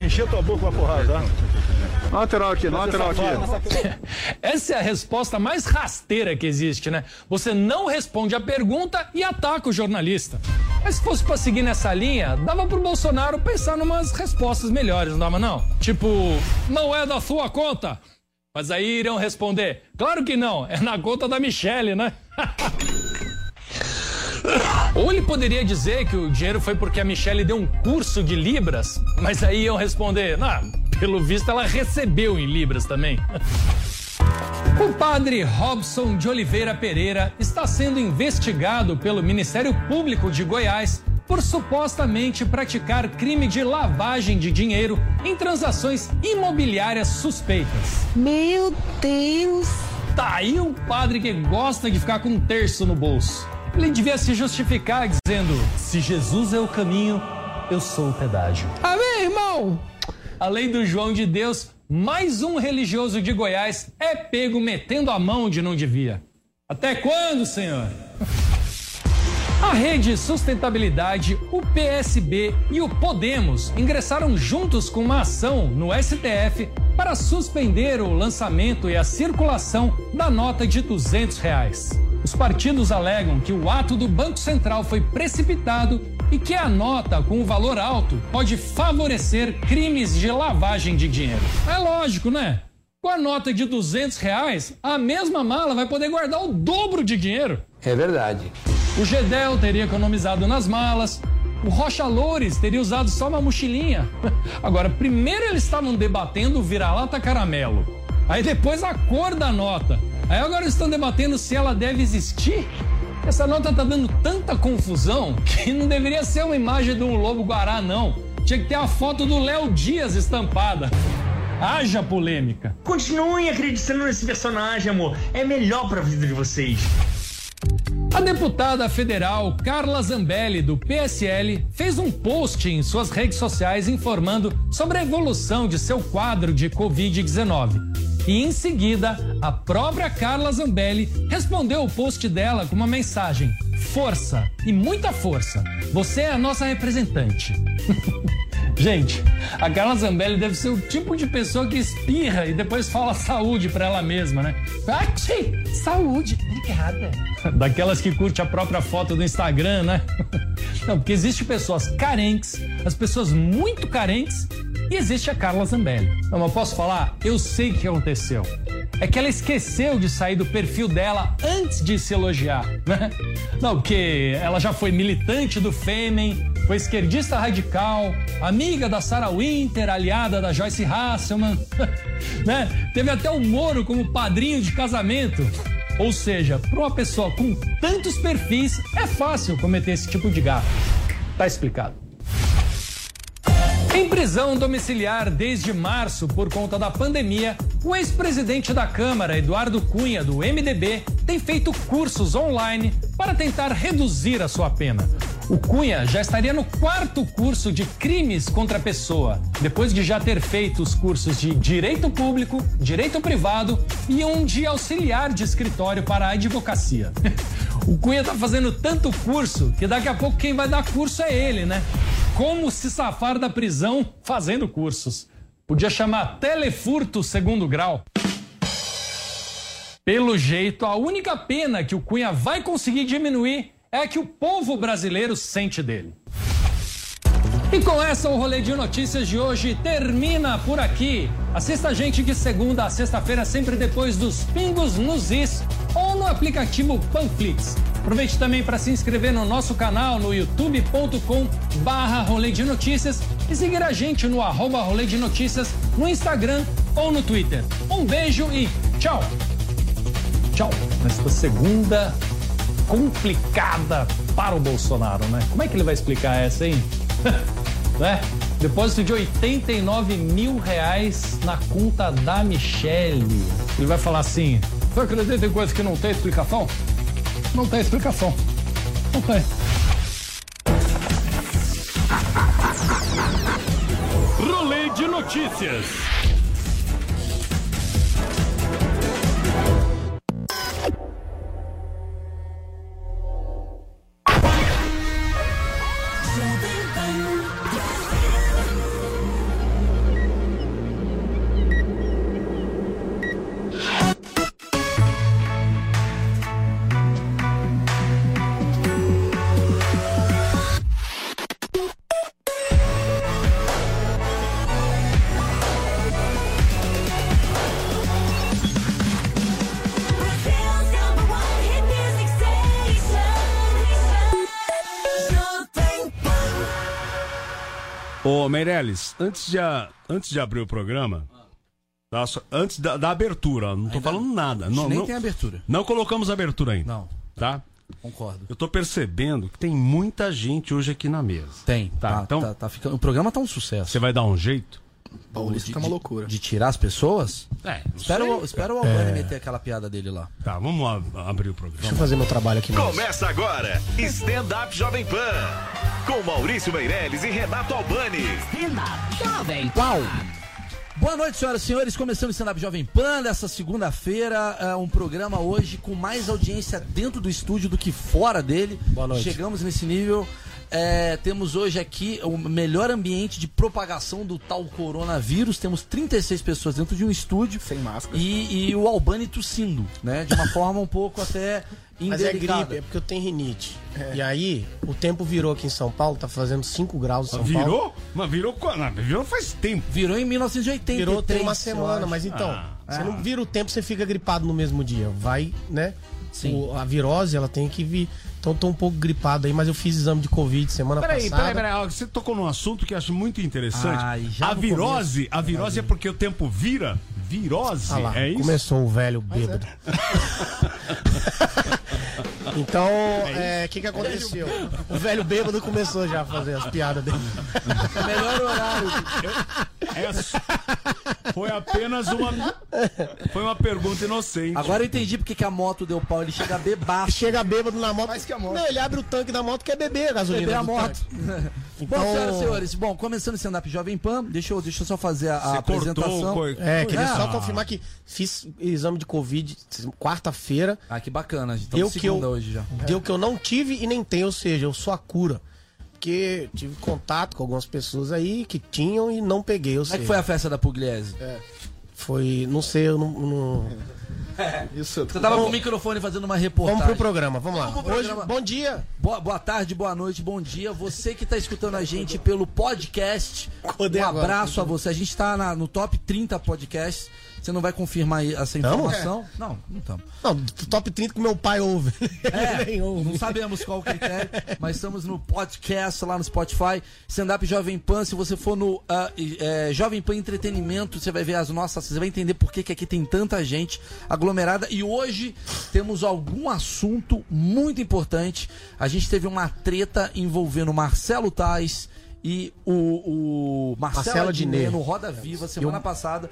encher tua boca com a porrada, tá? Lateral aqui, lateral aqui. Essa é a resposta mais rasteira que existe, né? Você não responde a pergunta e ataca o jornalista. Mas se fosse pra seguir nessa linha, dava pro Bolsonaro pensar numas respostas melhores, não dava não? Tipo, não é da sua conta? Mas aí irão responder, claro que não, é na conta da Michelle, né? Ou ele poderia dizer que o dinheiro foi porque a Michelle deu um curso de Libras, mas aí iam responder, ah, pelo visto ela recebeu em Libras também. O padre Robson de Oliveira Pereira está sendo investigado pelo Ministério Público de Goiás por supostamente praticar crime de lavagem de dinheiro em transações imobiliárias suspeitas. Meu Deus! Tá aí um padre que gosta de ficar com um terço no bolso. Ele devia se justificar dizendo: Se Jesus é o caminho, eu sou o pedágio. Amém, irmão! Além do João de Deus, mais um religioso de Goiás é pego metendo a mão onde não devia. Até quando, senhor? A Rede Sustentabilidade, o PSB e o Podemos ingressaram juntos com uma ação no STF para suspender o lançamento e a circulação da nota de 200 reais. Os partidos alegam que o ato do Banco Central foi precipitado e que a nota com o valor alto pode favorecer crimes de lavagem de dinheiro. É lógico, né? Com a nota de 200 reais, a mesma mala vai poder guardar o dobro de dinheiro. É verdade. O Gedel teria economizado nas malas. O Rocha Loures teria usado só uma mochilinha. Agora, primeiro eles estavam debatendo o vira-lata caramelo. Aí depois a cor da nota. Aí agora eles estão debatendo se ela deve existir. Essa nota tá dando tanta confusão que não deveria ser uma imagem de um lobo guará, não. Tinha que ter a foto do Léo Dias estampada. Haja polêmica. Continuem acreditando nesse personagem, amor. É melhor pra vida de vocês. A deputada federal Carla Zambelli, do PSL, fez um post em suas redes sociais informando sobre a evolução de seu quadro de Covid-19. E em seguida, a própria Carla Zambelli respondeu o post dela com uma mensagem: Força e muita força. Você é a nossa representante. Gente, a Carla Zambelli deve ser o tipo de pessoa que espirra e depois fala saúde para ela mesma, né? Ati, saúde, obrigada. Daquelas que curte a própria foto do Instagram, né? Não, porque existe pessoas carentes, as pessoas muito carentes, e existe a Carla Zambelli. Não, mas posso falar? Eu sei o que aconteceu. É que ela esqueceu de sair do perfil dela antes de se elogiar, né? Não, porque ela já foi militante do Fêmen, foi esquerdista radical, amiga da Sarah Winter, aliada da Joyce Hasselman, né? Teve até o Moro como padrinho de casamento. Ou seja, para uma pessoa com tantos perfis, é fácil cometer esse tipo de gafe. Tá explicado. Em prisão domiciliar desde março por conta da pandemia, o ex-presidente da Câmara, Eduardo Cunha, do MDB, tem feito cursos online para tentar reduzir a sua pena. O Cunha já estaria no quarto curso de crimes contra a pessoa, depois de já ter feito os cursos de direito público, direito privado e um de auxiliar de escritório para a advocacia. O Cunha está fazendo tanto curso que daqui a pouco quem vai dar curso é ele, né? Como se safar da prisão fazendo cursos. Podia chamar telefurto segundo grau. Pelo jeito, a única pena que o Cunha vai conseguir diminuir é que o povo brasileiro sente dele. E com essa, o rolê de notícias de hoje termina por aqui. Assista a gente de segunda a sexta-feira, sempre depois dos Pingos nos Is ou no aplicativo Panflix. Aproveite também para se inscrever no nosso canal no youtube.com barra rolê de notícias e seguir a gente no arroba rolê de notícias no Instagram ou no Twitter. Um beijo e tchau! Tchau! Nesta segunda complicada para o Bolsonaro, né? Como é que ele vai explicar essa, hein? né? Depósito de 89 mil reais na conta da Michelle. Ele vai falar assim: Você acredita em coisa que não tem explicação? Não tem explicação. Não tem. Rolê de notícias. Ô, Meirelles, antes de, a- antes de abrir o programa, tá, só- antes da, da abertura, não tô falando nada. Não, nem não- tem abertura. Não colocamos abertura ainda. Não. Tá? Concordo. Eu tô percebendo que tem muita gente hoje aqui na mesa. Tem. Tá, então- tá, tá ficando... O programa tá um sucesso. Você vai dar um jeito? Paulista tá uma loucura. De tirar as pessoas? É, Espera o, espera o Albani meter aquela piada dele lá. Tá, vamos lá abrir o programa. Deixa eu fazer meu trabalho aqui. mesmo. Começa agora, Stand Up Jovem Pan. Com Maurício Meirelles e Renato Albani. É Boa noite, senhoras e senhores. Começando o Stand Up Jovem Pan dessa segunda-feira. é um programa hoje com mais audiência dentro do estúdio do que fora dele. Boa noite. Chegamos nesse nível. É, temos hoje aqui o melhor ambiente de propagação do tal coronavírus. Temos 36 pessoas dentro de um estúdio. Sem máscara. E, e o Albani tossindo, né? De uma forma um pouco até Mas é indelicada. gripe, é porque eu tenho rinite. E aí, o tempo virou aqui em São Paulo, tá fazendo 5 graus um em São Paulo. Virou? Mas virou, qua- não, virou faz tempo. Virou em 1983. Virou tem uma eu semana, acho. mas então, Ah, você não vira o tempo, você fica gripado no mesmo dia. Vai, né? Sim. O- a virose, ela tem que vir. Então, tô um pouco gripado aí, mas eu fiz exame de Covid semana Peraí, passada. peraí, peraí. ó, Você tocou num assunto que eu acho muito interessante. Ai, já a no virose, a virose é porque o tempo vira. Virose, Ah lá, é isso? começou o velho bêbado. então, é, o que, que aconteceu? O velho bêbado começou já a fazer as piadas dele. É o melhor horário. É- foi apenas uma. Foi uma pergunta inocente. Agora eu entendi porque que a moto deu pau. Ele chega bebaço. Chega bêbado na moto. Faz que a moto. Não, ele abre o tanque da moto e quer beber a gasolina. Beber a do moto. tanque. Bom, senhoras e Então, senhores, bom, começando o stand-up Jovem Pan, deixa eu, deixa eu só fazer a, a Você cortou apresentação. o coi- É, queria Ah. só confirmar que fiz exame de Covid quarta-feira. Ah, que bacana, gente. Deu Então, que, segunda eu, hoje já. deu que eu não tive e nem tenho, ou seja, eu sou a cura. Porque tive contato com algumas pessoas aí que tinham e não peguei. Ou Como é seja, que foi a festa da Pugliese? É, Foi, não sei, eu não. não- Você tava com o microfone fazendo uma reportagem. Vamos pro programa, vamos lá. Vamos pro Hoje, programa. bom dia. Boa, boa tarde, boa noite, bom dia. Você que tá escutando a gente pelo podcast, Acordei um agora. abraço a você. A gente tá na- no top 30 podcasts. Você não vai confirmar aí essa Tamo? informação? Não, não estamos. Não, top 30 que meu pai ouve. É, Nem ouve. não sabemos qual o critério, mas estamos no podcast lá no Spotify, Stand Up Jovem Pan. Se você for no ah, e, eh, Jovem Pan Entretenimento, você vai ver as nossas, você vai entender por que, que aqui tem tanta gente aglomerada. E hoje temos algum assunto muito importante. A gente teve uma treta envolvendo Marcelo Tais e o, o Marcelo, Marcelo Adnet Adnet. no Roda Viva semana passada.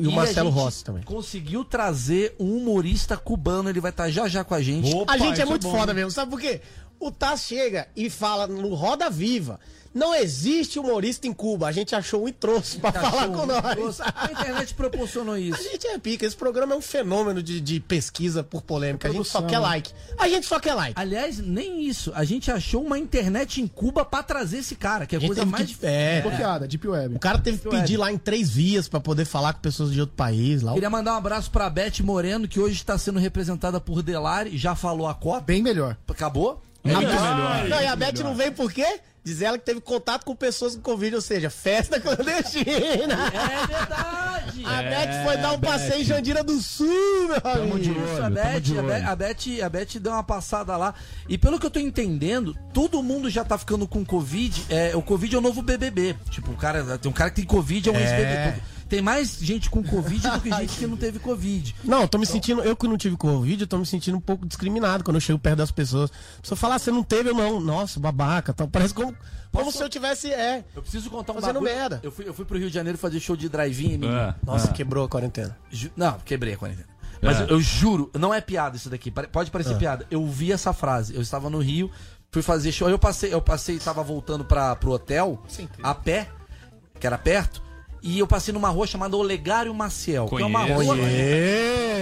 e o a Marcelo gente Rossi também. Conseguiu trazer um humorista cubano, ele vai estar já já com a gente. Opa, A gente isso é muito bom. foda mesmo, sabe por quê? O Taz chega e fala no Roda Viva. Não existe humorista em Cuba. A gente achou um e trouxe pra falar Cachorro, com nós. doce. A internet proporcionou A isso. gente é pica. Esse programa é um fenômeno de, de pesquisa por polêmica. A gente só quer like. A gente só quer like. Aliás, nem isso. A gente achou uma internet em Cuba pra trazer esse cara, que é a, gente coisa teve mais que- difícil. é. Bloqueada, Deep Web. O cara teve que pedir lá em três vias pra poder falar com pessoas de outro país. Lá. Queria mandar um abraço pra Beth Moreno, que hoje está sendo representada por Delari, já falou a Copa. Bem melhor. Acabou? É Não, e a Beth não veio por quê? Diz ela que teve contato com pessoas com Covid, ou seja, festa clandestina. É verdade! A Beth foi dar um passeio em Jandira do Sul, meu amigo. Isso, a Beth, a Beth, a Beth- a Beth deu uma passada lá. E pelo que eu tô entendendo, todo mundo já tá ficando com Covid. É, o Covid é o novo BBB. Tipo, o cara, tem um cara que tem Covid, é um ex-BBB. Tem mais gente com Covid do que gente que não teve Covid. Não, eu tô me sentindo. Eu que não tive Covid, eu tô me sentindo um pouco discriminado quando eu chego perto das pessoas. A pessoa fala, ah, você não teve, eu não. Nossa, babaca. Tal. Parece como, como se eu tivesse. É. Eu preciso contar um Fazendo bagulho. merda. Eu fui, eu fui pro Rio de Janeiro fazer show de drive-in. menino. Nossa, quebrou a quarentena. Ju- Não, quebrei a quarentena. Mas eu, eu juro, não é piada isso daqui. pare- Pode parecer É. piada. Eu vi essa frase. Eu estava no Rio, fui fazer show. Eu passei, eu passei, tava voltando para pro hotel a pé, que era perto. E eu passei numa rua chamada Olegário Maciel, que é uma Conheço. rua.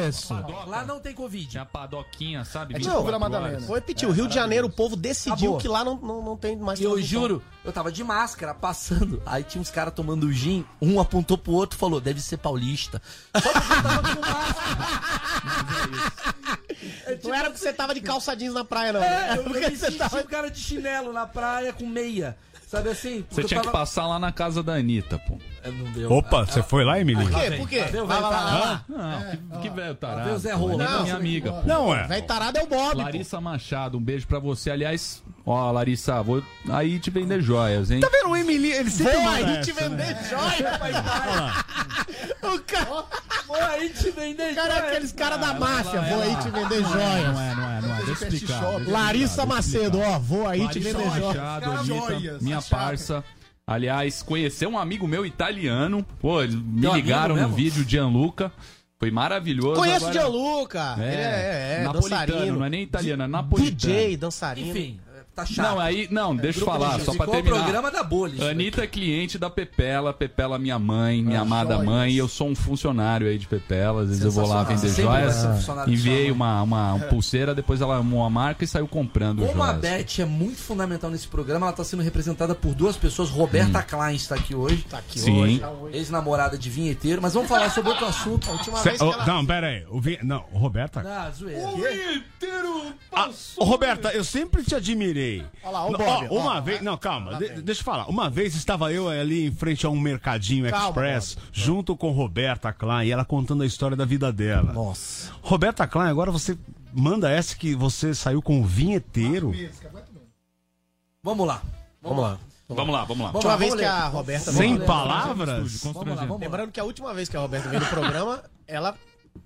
Isso. Padoca. Lá não tem Covid. Tinha padoquinha, sabe? É tipo 24 Vila Madalena. horas. Vou repetir, o Rio de Janeiro, o povo decidiu É, Acabou. que lá não, não, não tem mais E eu transmissão. juro, eu tava de máscara, passando. Aí tinha uns caras tomando gin, um apontou pro outro e falou, deve ser paulista. Só porque eu tava com máscara. Não era porque você tava de calça jeans na praia, não. É, Era eu, eu porque me você senti tava. um cara de chinelo na praia com meia. Sabe assim? Porque Você eu tinha que tava- passar lá na casa da Anitta, pô. É, não deu. Opa, Ah, você foi lá, Emílio? Por quê? Por quê? Cadê o Vai velho lá, lá, tarado? lá. Não, que, que velho tá. tarado. Deus é pô. rolo. Anitta é Não, minha amiga, pô. Não é. Véi tarado Ah, é o Bob, pô. Larissa Machado, um beijo pra você. Aliás, ó, Larissa, vou aí te vender joias, hein? Tá vendo o Emílio? Ele sempre Vou manda aí essa, te né? vender joia, pai. O cara... Pô, aí te vendeu. Cara, é aqueles caras da máfia, vou aí te vender Não joias. é, não é, não é. Deixa eu explicar. deixa eu Larissa explicar, deixa eu Macedo, ó, vou aí te Larissa vender joias. Machado, Anitta, joias, minha achado. parça. Aliás, conheceu um amigo meu italiano. Pô, eles me Teu amigo ligaram no mesmo? vídeo, Gianluca. Foi maravilhoso. Conheço o Agora- Gianluca. É, Ele é, é, é napolitano, dançarino. não é nem italiano, é Di- napolitano. DJ, dançarino. Enfim, tá chato. Não, aí, não, deixa eu Grupo falar, de só gente. pra Ficou terminar. o programa da bolha. isso Anitta é cliente da Pepela, Pepela é minha mãe, Ah, minha amada mãe, e eu sou um funcionário aí de Pepela, às vezes eu vou lá Sensacional. vender Sempre vai joias, ser um funcionário de enviei sua É. uma, uma pulseira, depois ela amou a marca e saiu comprando Como a joias. Beth é muito fundamental nesse programa, ela tá sendo representada por duas pessoas. Roberta Klein está aqui hoje. Tá aqui Hum. Sim. hoje. Ex-namorada de vinheteiro. Mas vamos falar sobre outro assunto. Cê- oh, Não, pera aí. O Vin- Não, o Roberta. Ah, zoeira. Ah, ô, Roberta, eu sempre te admirei. Olha lá, ó o Não, Bob, ó, ó. né? uma vez. Não, calma, de- deixa eu falar. Uma vez estava eu ali em frente a um mercadinho Calma, express, junto com Roberta Klein, e ela contando a história da vida dela. Nossa. Roberta Klein, agora você manda essa que você saiu com o vinheteiro. Vamos lá. Vamos lá. Vamos lá, vamos lá. Vamos lá, Última vez vamos que ler. a Roberta Sem veio- palavras? Vamos lá, vamos lá. Lembrando que a última vez que a Roberta veio no programa, ela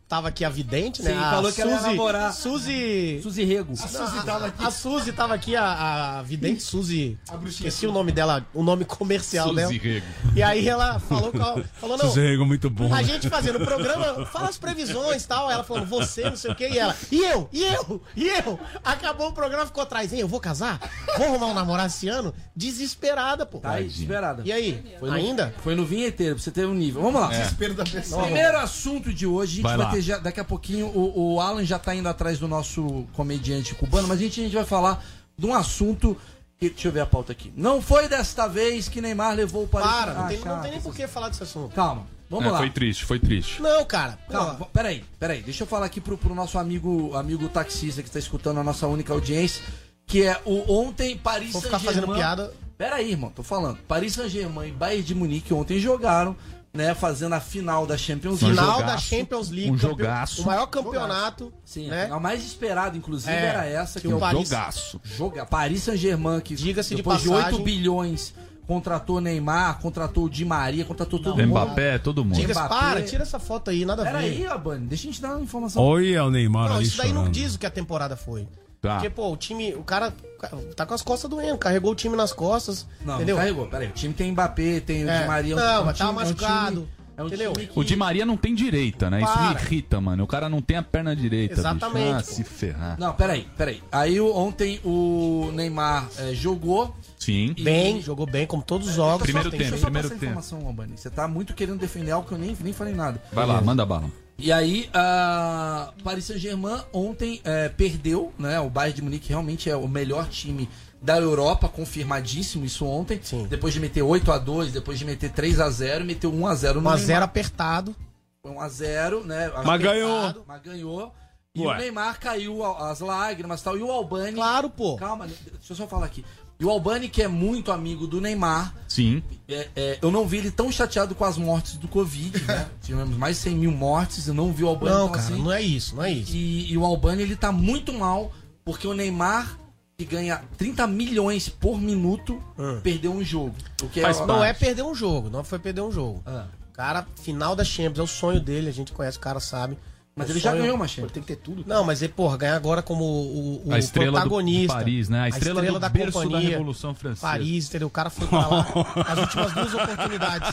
tava aqui a vidente, né? Sim, a falou que ela ia namorar. Suzy. tá Suzy Rego. Ah, tá A, a Suzy tava aqui, a, a vidente Suzy. Esqueci o nome dela, o nome comercial dela. Suzy Rego. E aí ela falou, com a- falou não. Sossego muito bom. A né? gente É, fazendo o programa, fala as previsões e tal. Ela falando, você, não sei o que, e ela, e eu, e eu, e eu. Acabou o programa, ficou atrás, hein? Eu vou casar? Vou arrumar um namorado esse ano? Desesperada, pô. Tá aí, esperada. E aí? Ainda? Foi no vinheteiro, pra você ter um nível. Vamos É. lá. Primeiro assunto de hoje, a gente vai, Vai lá. ter já, daqui a pouquinho, o, o Alan já tá indo atrás do nosso comediante cubano, mas a gente, a gente vai falar de um assunto que, deixa eu ver a pauta aqui. Não foi desta vez que Neymar levou o Paris... Para, não Ah, tem, não chato. tem nem por que falar desse assunto. Calma, vamos É, lá. foi triste, foi triste. Não, cara. Calma, Pô, v- peraí, peraí. Deixa eu falar aqui pro, pro nosso amigo, amigo taxista que tá escutando a nossa única audiência, que é o ontem Paris Vou ficar Saint-Germain- fazendo piada. Peraí, irmão, tô falando. Paris Saint-Germain e Bayern de Munique ontem jogaram, né, fazendo a final da Champions League. final jogaço, da Champions League. um campe- jogaço. O maior campeonato. Sim, a né? final mais esperada, inclusive, É, era essa que, que o é o Paris- Jogaço. joga. Paris Saint-Germain que Diga-se de depois de, passagem- 8 bilhões contratou Neymar, contratou o Di Maria, contratou todo mundo. Mbappé, todo mundo. Diga-se, Mbappé. para, tira essa foto aí, nada a ver. Peraí, Abani, deixa a gente dar uma informação. Olha o Neymar Não, ali isso daí chorando. não diz o que a temporada foi. Tá. Porque, pô, o time, o cara o cara tá com as costas doendo, carregou o time nas costas, Não, entendeu? não carregou. Peraí, o time tem Mbappé, tem o É. Di Maria. é um- Não, é um mas tava time- é um time- machucado, É um entendeu? time que- O Di Maria não tem direita, né? Isso me Para. irrita, mano. O cara não tem a perna direita. bicho. Exatamente, Ah, pô. se ferrar. Não, peraí, peraí. Aí o- ontem o Neymar eh, jogou. Sim. e- Bem, jogou bem, como todos os jogos. Primeiro Deixa eu tempo, só primeiro passar a tempo. informação, Albani. Você tá muito querendo defender algo que eu nem, nem falei nada. É, Vai lá, manda bala. E aí, a Paris Saint-Germain ontem eh, perdeu, né? O Bayern de Munique realmente é o melhor time da Europa, confirmadíssimo isso ontem. Sim. Depois de meter 8 a 2 depois de meter 3 a 0 meteu 1 a 0 no 1x0 apertado. Foi 1 a 0 né? Mas ganhou. Mas ganhou. E Ué. o Neymar caiu a- as lágrimas e tal. E o Albani. Claro, pô. Calma, deixa eu só falar aqui. E o Albani, que é muito amigo do Neymar, Sim. é, é, eu não vi ele tão chateado com as mortes do Covid, né? Tivemos mais de 100 mil mortes, eu não vi o Albani Não, tão assim. cara, não é isso, não é isso. E, e o Albani, ele tá muito mal, porque o Neymar, que ganha 30 milhões por minuto, Hum. perdeu um jogo. O que Ah. Faz é, parte. Não é perder um jogo, não foi perder um jogo. Ah. Cara, final da Champions, é o sonho dele, a gente conhece, o cara sabe. Mas O ele já sonho- ganhou uma Champions. Tem que ter tudo. Não, mas ele, porra, ganhar agora como o, o A estrela do- protagonista. de Paris, né? A A estrela estrela, do da berço da companhia. Revolução Francesa. Paris, entendeu? O cara foi pra lá as últimas duas oportunidades.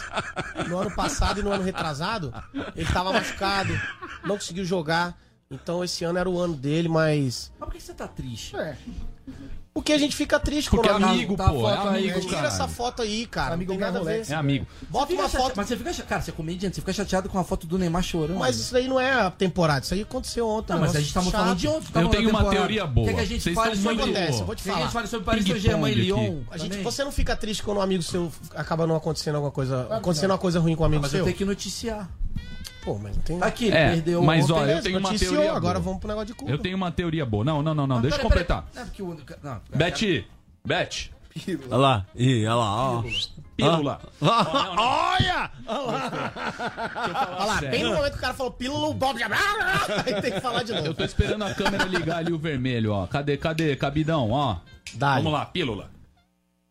No ano passado e no ano retrasado, ele tava machucado, não conseguiu jogar. Então esse ano era o ano dele, mas. Mas por que você tá triste? Porque a gente fica triste Porque é quando amigo, tá pô. a É foto aí, amigo, Tira cara. essa foto aí, cara. Amigo não tem nada a ganha ver. Rolex. É amigo. Bota Fica uma chate- foto. Mas você fica, cha- cara, você é comediante, você fica chateado com a foto do Neymar chorando. Mas isso aí não é a temporada, isso aí aconteceu ontem. Não, mas a negócio gente tá chato. falando de ontem. tá Eu falando tenho da uma temporada. teoria boa. Quer que a gente Vocês fale estão sobre... muito- Acontece, eu vou te Quer que a gente falar. fale sobre Paris Ping-pong Saint-Germain e aqui. Lyon? A gente, também? é você não fica triste quando um amigo seu acaba não acontecendo alguma coisa. Acontecendo uma coisa ruim com um amigo Mas eu seu. tenho que noticiar. Pô, mas não tem. Tá aqui, É, perdeu mas ontem. ó, eu Beleza, tenho uma noticiou, teoria Agora boa. vamos pro negócio de Cuba. Eu tenho uma teoria boa. Não, não, não, não. Ah, Deixa eu peraí, peraí. completar. É porque o- não, Beti, Bet. Olha lá, Ih, olha lá, ó. Pílula. Ah. Olha! Olha lá, bem no momento que o cara falou pílula, o Bob já. Aí tem que falar de novo. Eu tô esperando a câmera ligar ali o vermelho, ó. Cadê, cadê, cabidão, ó. Dá-lhe. Vamos lá, pílula.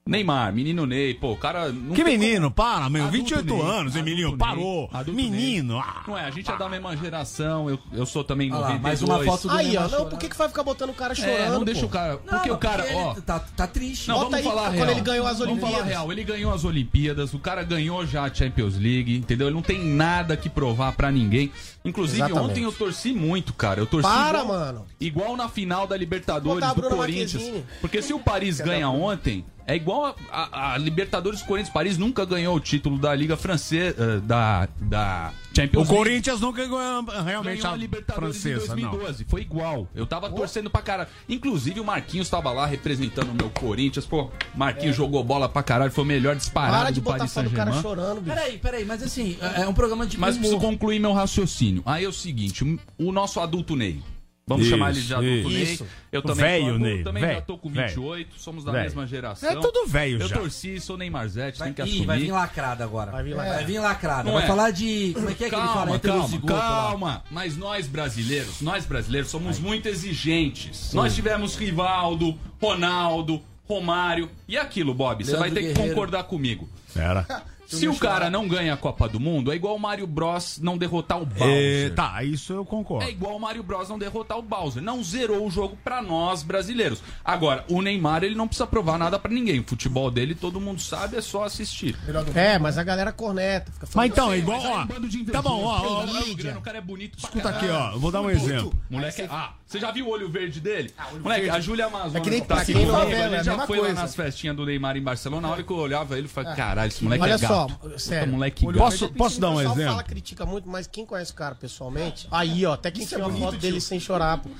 Neymar, menino Ney, pô, o cara... não Que tem menino, para, meu. Adulto 28 Ney, anos, adulto Emilinho, Ney, parou. adulto Menino. ah. Não é, a gente é da mesma geração, eu, eu sou também Olha 92. lá, mais uma foto do Aí, ó, Neymar não, por que, que vai ficar botando o cara chorando? É, não deixa pô? o cara... Não, Porque o cara, ele ó... Tá, tá triste. Não, Bota vamos aí falar quando real. ele ganhou as Vamos falar Olimpíadas. real. Ele ganhou as Olimpíadas, o cara ganhou já a Champions League, entendeu? Ele não tem nada que provar pra ninguém. Inclusive, Exatamente. ontem eu torci muito, cara. Eu torci Para, igual, mano. igual na final da Libertadores Botar a do Bruna Corinthians. Marquezine. Porque se o Paris ganha ontem, é igual a, a- a Libertadores do Corinthians. Paris nunca ganhou o título da Liga Francesa, eh, da, da O Champions League Corinthians nunca ganhou realmente ganhou a a Libertadores francesa, em não. 2012. Foi igual. Eu tava torcendo pra caralho. Inclusive, o Marquinhos tava lá representando o meu Corinthians. Pô, Marquinhos jogou bola pra caralho. Foi o melhor disparado É. Para de do botar Paris foto do cara Saint-Germain. chorando, bicho. Peraí, peraí, mas assim, é é um programa de Mas preciso humor. concluir meu raciocínio. Aí é o seguinte, o nosso adulto Ney. Vamos Isso, chamar ele de adulto isso. Ney. Isso. Eu O também, velho sou adulto, Ney, também já velho, tô com velho. 28, somos da Velho. mesma geração. É tudo velho Eu já. torci, sou Neymar Zete, tem Vai, que ih, assumir. vai vir lacrado agora. Vai vir vir lacrado. lacrado. Vai vir lacrado. Não vai é. falar de. Como é que é que ele fala? Calma, calma, Heterozigoto lá. calma. Mas nós brasileiros, nós brasileiros somos muito exigentes. Nós tivemos Rivaldo, Ronaldo, Romário e aquilo, Bob. Você vai Leandro ter que Guerreiro. concordar comigo. Era. Se o cara não ganha a Copa do Mundo, é igual o Mario Bros não derrotar o É, Bowser. tá, isso eu É concordo. igual o Mario Bros não derrotar o Bowser. Não zerou o jogo pra nós brasileiros. Agora, o Neymar ele não precisa provar nada pra ninguém. O futebol dele todo mundo sabe, é só assistir. É, mas a galera corneta. Fica Mas falando, assim. então, é igual, Mas aí é ó. um bando de Tá bom, ó, ó, invejoso, ó. tem grana, O cara é bonito pra Escuta aqui, caralho. ó. Eu vou dar um exemplo. Moleque, é- ah, você já viu o olho verde dele? Ah, Moleque, a Júlia Amazonas É que nem- é tá aqui que nem comigo, novela, é ele a já mesma foi coisa. lá nas festinhas do Neymar em Barcelona, a hora que eu olhava ele, eu falei, caralho, esse moleque Olha é gato. só, Puta, sério. moleque Olho gato. Posso- verde, posso dar um o pessoal exemplo? fala, critica muito, mas quem conhece o cara pessoalmente... Aí, ó, até que enfia uma foto dele sem chorar, pô.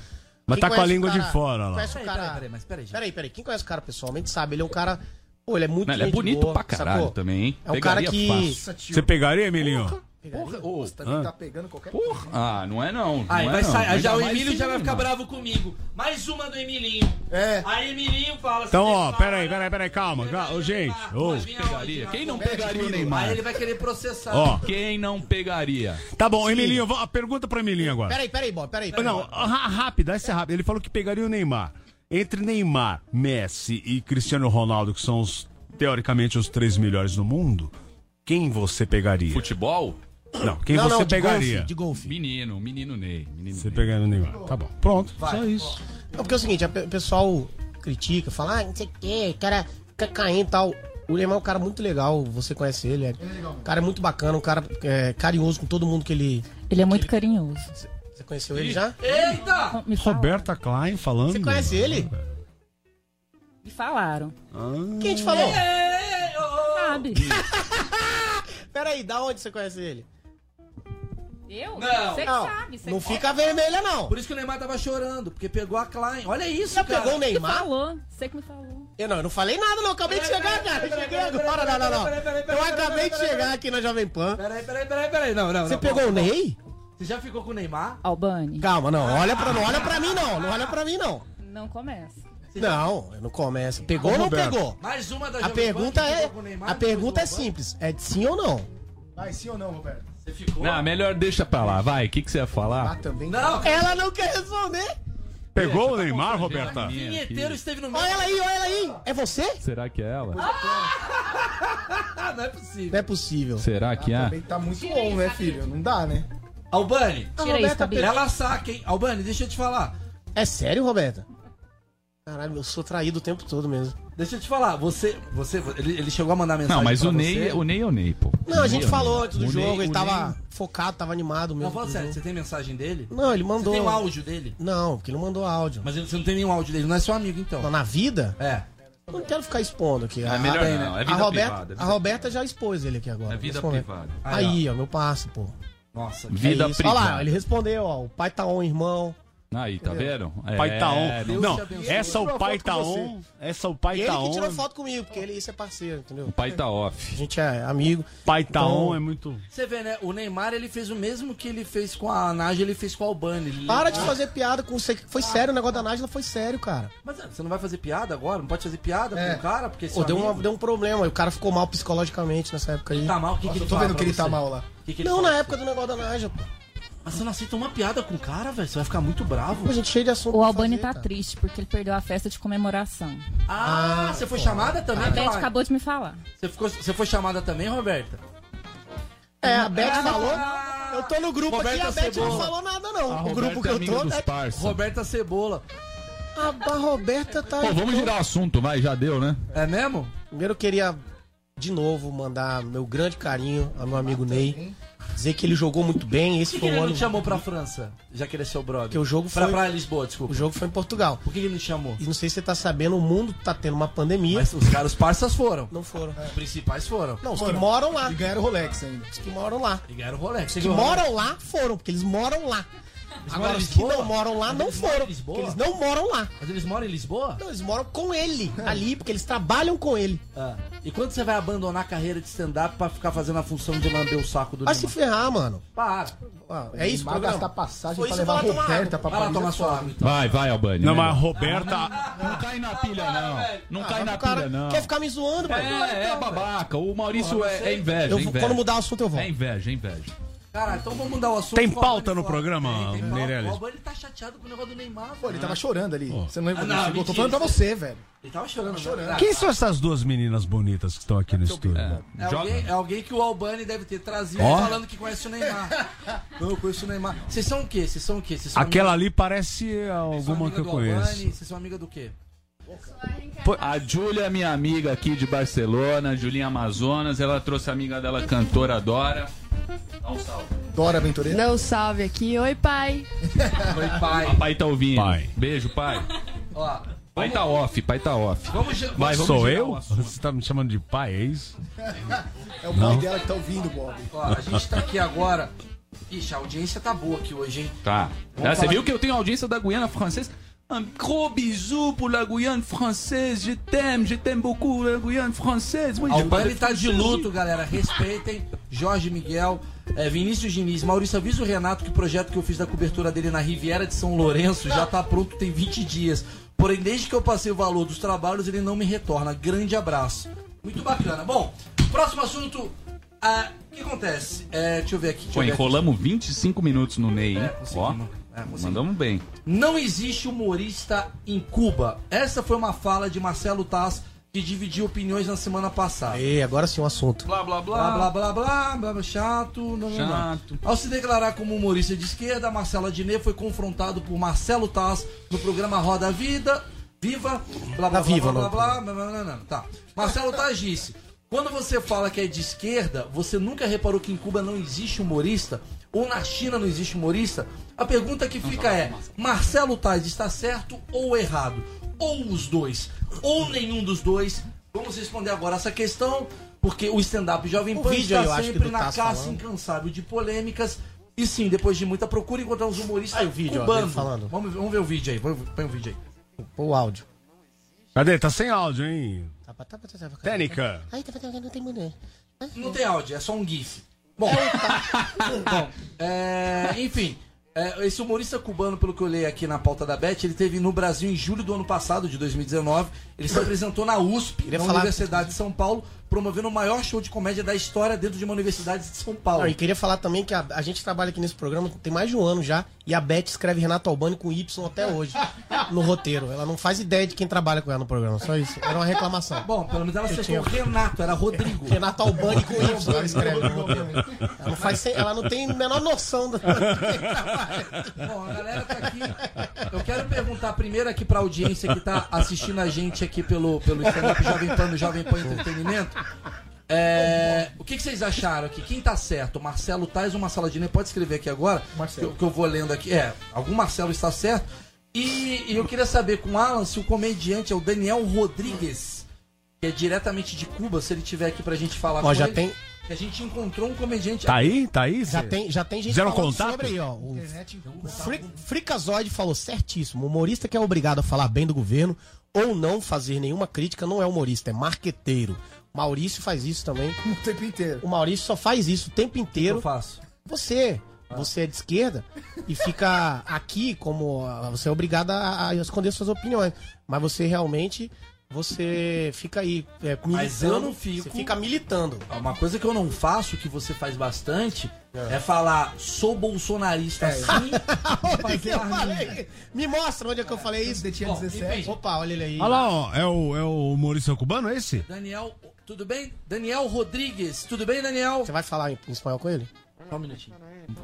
Mas Quem tá com a conhece o língua de cara- fora, lá. Conhece o Peraí, cara... peraí, peraí, mas peraí, gente. é Peraí, peraí. Quem conhece o cara pessoalmente sabe, ele é um cara... Pô, ele é muito Não, ele é gente bonito boa, pra caralho sacou? também, hein? É um Pegaria cara que... fácil. Você pegaria, Emilinho? Porra, ô, Também tá pegando qualquer porra. Ah, não é não. não Aí é vai não. é sair. Ainda Já o mais Emílio esse já vai ficar Neymar. bravo comigo. Mais uma do Emilinho. É. Aí Emilinho fala assim. Então, ó, peraí, peraí, peraí, calma. calma. Ô, gente, ô. Pegaria. Quem não pegaria o Aí Neymar? ele vai querer processar. Ó, Quem não pegaria? tá bom, Emilinho, vou- a pergunta pra Emilinho agora. Peraí, peraí, Bob, peraí. peraí, Não, Bob. rá- rápida, essa é rápida. Ele falou que pegaria o Neymar. Entre Neymar, Messi e Cristiano Ronaldo, que são os, teoricamente os três melhores do mundo, quem você pegaria? Futebol? Não, quem Não, você não, de pegaria? golfe, de golfe. Menino, menino Ney. Menino Você Ney. pegaria o Neymar. Tá bom. Pronto. Só isso. Não, porque é o seguinte, a pe- o pessoal critica, fala, ah, não sei o que, o cara fica caindo e tal. O Neymar é um cara muito legal, você conhece ele. É, um cara muito bacana, um cara é, carinhoso com todo mundo que ele. Ele é muito carinhoso. Você conheceu ele já? Eita! Me, fala- Roberta Klein falando. Você conhece ele? me falaram. Quem te falou? Sabe? Peraí, da onde você conhece ele? Não. Eu? Você que Não, sabe. Você não que- fica vermelha, não. Por isso que o Neymar tava chorando, porque pegou a Klein. Olha isso, Já cara. pegou o Você que Neymar? falou. Você que me falou. Eu não, eu não falei nada, não. Acabei de chegar, cara. Eu Cheguei agora, não, não, não. Eu acabei de chegar aqui na Jovem Pan. Peraí, peraí, peraí, peraí. Não, não. Você não. pegou o Ney? Você já ficou com o Neymar? Albani, Calma, não. Olha pra, não olha pra mim, não. Não olha pra mim, não. não começa. Não, eu não começo. Pegou ou não Roberto. pegou? Mais uma da A Jovem pergunta Pan que é, ficou com o Neymar, a depois pergunta é do Van. simples. É de sim ou não? Vai sim ou não, Roberto? Você ficou? Não, melhor deixa pra lá, vai. O que, que você ia Ah, falar? também. Não, cara. Ela não quer responder. Pegou o Neymar, Roberta? Minha Vinheteiro esteve no meio. Olha ela aí, olha ela aí. É você? Será que é ela? Ah, não é possível. Não é possível. Será que é? Também tá muito bom, né, filho? Não dá, né? Albani, Tira isso, Tabi. ela saca, hein? Albani, deixa eu te falar. Então, É sério, Roberta? Caralho, eu sou traído o tempo todo mesmo. Deixa eu te falar. Você, você, ele, ele chegou a mandar mensagem Não, mas pra o Ney, você. o Ney é o Ney, pô. Não, a gente Ney é o falou Ney. antes do O jogo, Ney- ele o tava focado, tava animado Não, mesmo. fala sério, você tem mensagem dele? Não, ele mandou. Você tem o áudio dele? Não, porque ele não mandou áudio. Mas você não tem nenhum áudio dele, não é seu amigo, então. Mas na vida, É. eu não quero ficar expondo aqui. É A- melhor a- não, é a vida Roberta, privada, é a vida Roberta já expôs ele aqui agora. É vida nesse momento. privada. Aí, ó, meu passo, pô. Nossa. Vida é isso. Olha lá, privada. ele respondeu, ó. O pai tá on, irmão. Aí, tá Entendeu? vendo? Pai tá on. Deus Não, te abençoe. essa Tirou o pai foto com tá você. on. Essa o pai ele tá que tirou on. foto comigo, porque ele isso é parceiro, entendeu? O pai tá off. A gente é amigo. Pai tá Então- on é muito. Você vê, né? O Neymar, ele fez o mesmo que ele fez com a Nádia, ele fez com a Albani. Ele- Para de fazer piada com você. que Foi sério, o negócio da Nájila foi sério, cara. Mas é, você não vai fazer piada agora? Não pode fazer piada com o cara? Porque Pô, É. deu, uma- deu um problema, e o cara ficou mal psicologicamente nessa época aí. Tá mal? O que, que ele eu tô fala vendo que pra ele tá você? mal lá. Que que ele Não, fala? na época do negócio da Nájila, pô. Mas você não aceita uma piada com o cara, velho? Você vai ficar muito bravo. Pô, gente, cheio de assunto. O Albani tá triste porque ele perdeu a festa de comemoração. Ah, você foi chamada também? A Beth aquela- acabou de me falar. Você, ficou- você foi chamada também, Roberta? É, a Beth falou. Eu tô no grupo aqui e a Roberta Beth não Cebola. falou nada, não. o grupo é que eu tô. né? Roberta Cebola. A, a Roberta tá. Pô, vamos girar o assunto, vai, já deu, né? É mesmo? Primeiro eu queria de novo mandar meu grande carinho ao meu amigo Ney. Dizer que ele jogou muito bem. Por Esse que, que foi ele um não ano. te chamou pra França? Já que ele é seu brother. Porque o jogo pra, foi- Pra Lisboa, desculpa. O jogo foi em Portugal. Por que, que ele não te chamou? E não sei se você tá sabendo, o mundo tá tendo uma pandemia. Mas os caras, os parças foram. Não foram. Os principais foram. Não, os que moram lá. E ganharam o Rolex ainda. Os que moram lá. E ganharam o Rolex. Os que moram lá foram, porque eles moram lá. moram em Agora, os que Lisboa? não moram lá Mas não eles moram em foram. Lisboa? Porque eles não moram lá. Mas eles moram em Lisboa? Não, eles moram com ele ali, porque eles trabalham com ele. Ah. E quando você vai abandonar a carreira de stand-up pra ficar fazendo a função de lamber o saco do Vai se Neymar? ferrar, mano. Para. Ah, É isso, o Vai gastar programa. passagem Foi pra isso, levar a vai lá tomar Roberta pra Vai lá é Paris. tomar sua água. então. Vai, vai, Albani. Não, Ah, vai. mas a Roberta. Não cai na pilha, não. Não Ah, cai na o cara pilha, não. Quer ficar me zoando, É, é babaca. O Maurício é, é inveja, Eu, é vou- inveja. quando mudar o assunto, eu volto. É inveja, é inveja. Cara, então vamos mudar o assunto. Tem O pauta no Albani programa, fala- O Meirelles? Albani tá chateado com o negócio do Neymar, Pô, ele velho. tava chorando ali. Você não lembra? Ah, disso? não, Eu tô mentira. falando pra você, velho. Ele tava chorando, né? chorando. Quem são essas duas meninas bonitas que estão aqui no estúdio? É alguém, é alguém que o Albani deve ter trazido Ó. falando que conhece o Neymar. Não, eu conheço o Neymar. Vocês são o quê? Vocês são o quê? Vocês são É. Aquela ali parece amiga- são alguma amiga que eu do conheço. Albani? Vocês são amiga do quê? A Júlia, é minha amiga aqui de Barcelona, Julinha Amazonas, ela trouxe a amiga dela, cantora Dora. Dá um salve. Dora Aventureira. Deu um salve aqui. Oi, pai. Oi, pai. Pai tá ouvindo. Pai. Beijo, pai. tá Ó, Pai tá off, pai tá off. vamos... já- Vai, vamos Sou girar eu? o assunto. Você tá me chamando de pai, é isso? É o pai dela que tá ouvindo, Bob. Ó, a gente tá aqui agora. Ixi, a audiência tá boa aqui hoje, hein? Tá. Vamos Ah, você falar viu de- que eu tenho audiência da Guiana Francesa? Um gros bisou pour la Guyane Française, je t'aime, je t'aime beaucoup, la Guyane Française. Oui, je Albani parle tá de français. luto, galera. Respeitem Jorge Miguel, eh, Vinícius Diniz. Maurício, avisa o Renato que o projeto que eu fiz da cobertura dele na Riviera de São Lourenço já tá pronto tem 20 dias. Porém, desde que eu passei o valor dos trabalhos, ele não me retorna. Grande abraço. Muito bacana. Bom, próximo assunto. ah, o que acontece? Eh, deixa eu ver aqui. Deixa Pô, eu ver aqui. enrolamos 25 minutos no Ney, hein? É, Ó, conseguimos. É, conseguimos. mandamos bem. Não existe humorista em Cuba. Essa foi uma fala de Marcelo Taz que dividiu opiniões na semana passada. Ei, agora sim o assunto. Blá, blá, blá. Blá, blá, blá, blá, blá, blá, chato. Não, não, não. Chato. Ao se declarar como humorista de esquerda, Marcelo Adnet foi confrontado por Marcelo Taz no programa Roda Vida, Viva, blá, blá, blá, Na Tá Viva, blá, blá, não. blá, blá, blá, blá, blá, blá. Tá. Marcelo Taz disse, quando você fala que é de esquerda, você nunca reparou que em Cuba não existe humorista? Ou na China não existe humorista? A pergunta que fica é, Marcelo Taz está certo ou errado? Ou os dois? Ou nenhum dos dois? Vamos responder agora essa questão, porque o stand-up Jovem Um Pan vídeo aí, eu está acho que sempre do na Taz caça falando. incansável de polêmicas. E sim, depois de muita procura, encontrar os humoristas Aí o vídeo, ó, cubanos. dele falando. Vamos, vamos ver o vídeo aí, vamos- põe o vídeo aí. Pô, o áudio. Tá, Cadê? Tá sem áudio, hein? Técnica. Técnica. Ai, tá fazendo não tem mulher. Não tem áudio, é só um GIF. Bom, bom, é, enfim, é, esse humorista cubano, pelo que eu leio aqui na pauta da Beth, ele teve no Brasil em julho do ano passado, de 2019. Ele se apresentou na USP, na falar- Universidade de São Paulo, promovendo o maior show de comédia da história dentro de uma universidade de São Paulo. Não, e queria falar também que a, a gente trabalha aqui nesse programa tem mais de um ano já e a Beth escreve Renato Albani com Y até hoje no roteiro. Ela não faz ideia de quem trabalha com ela no programa, só isso. Era uma reclamação. Bom, pelo menos ela acertou tinha- o Renato, era Rodrigo. Renato Albani com Y ela escreve no roteiro. Ela não, faz, sem- ela não tem a menor noção do Bom, a galera tá aqui. Eu quero perguntar primeiro aqui pra audiência que tá assistindo a gente aqui pelo, pelo stand-up Jovem Pan, do Jovem Pan Entretenimento. É, o que, que vocês acharam aqui? Quem tá certo? Marcelo Tais ou Marcelo Adnet? Pode escrever aqui agora, que, Marcelo. eu- que eu vou lendo aqui. É, algum Marcelo está certo. E, e eu queria saber com o Alan se o comediante é o Daniel Rodrigues. que é diretamente de Cuba, se ele tiver aqui pra gente falar Ó, já ele, tem- que A gente encontrou um comediante. Tá aí? Tá aí? Já Cê- tem, já tem gente Fizeram falando contato? sobre aí, ó. O, então, o Fri- Fricazoide falou certíssimo. Humorista que é obrigado a falar bem do governo ou não fazer nenhuma crítica não é humorista, é marqueteiro. Maurício faz isso também. O tempo inteiro. O Maurício só faz isso o tempo inteiro. eu faço? Você. Você é de esquerda e fica aqui como. ah, Você é obrigado a, a esconder suas opiniões. Mas você realmente. Você fica aí. É, Mas eu militando, não fico. Você fica militando. Uma coisa que eu não faço, que você faz bastante, é, falar sou bolsonarista assim. Onde que eu falei? Me mostra onde é que eu falei isso. Ó, me 17. veja. Opa, olha ele aí. Olha lá, ó, é o, é o humorista cubano, é esse? Daniel, tudo bem? Daniel Rodrigues, tudo bem, Daniel? Você vai falar em em espanhol com ele? Só um minutinho.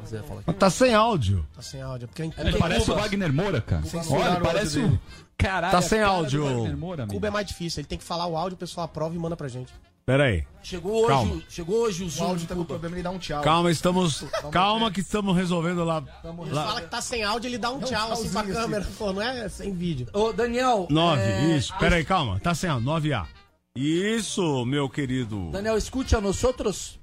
Você vai falar aqui. Mas Tá sem áudio. Tá sem áudio. Porque em Ele Cuba- parece o Cuba- Wagner Moura, cara. Censuraram Olha, o parece né? áudio o. Caralho. Tá a sem cara do áudio. Wagner Moura, amigo. Cuba é mais difícil. Ele tem que falar o áudio, o pessoal aprova e manda pra gente. Pera aí. Tá, Chegou hoje, Calma. chegou hoje o Zoom. de áudio tá com Cuba. problema, ele dá um tchau. Calma, estamos. Calma que estamos resolvendo lá. Ele lá- fala que tá sem áudio, ele dá um Dá um tchau assim pra tchauzinho, câmera. Pô, não é sem vídeo. Ô, Daniel. Nove, é, isso. Pera aí, calma. Tá sem áudio. 9A. Isso, meu querido. Daniel, escute a nós outros.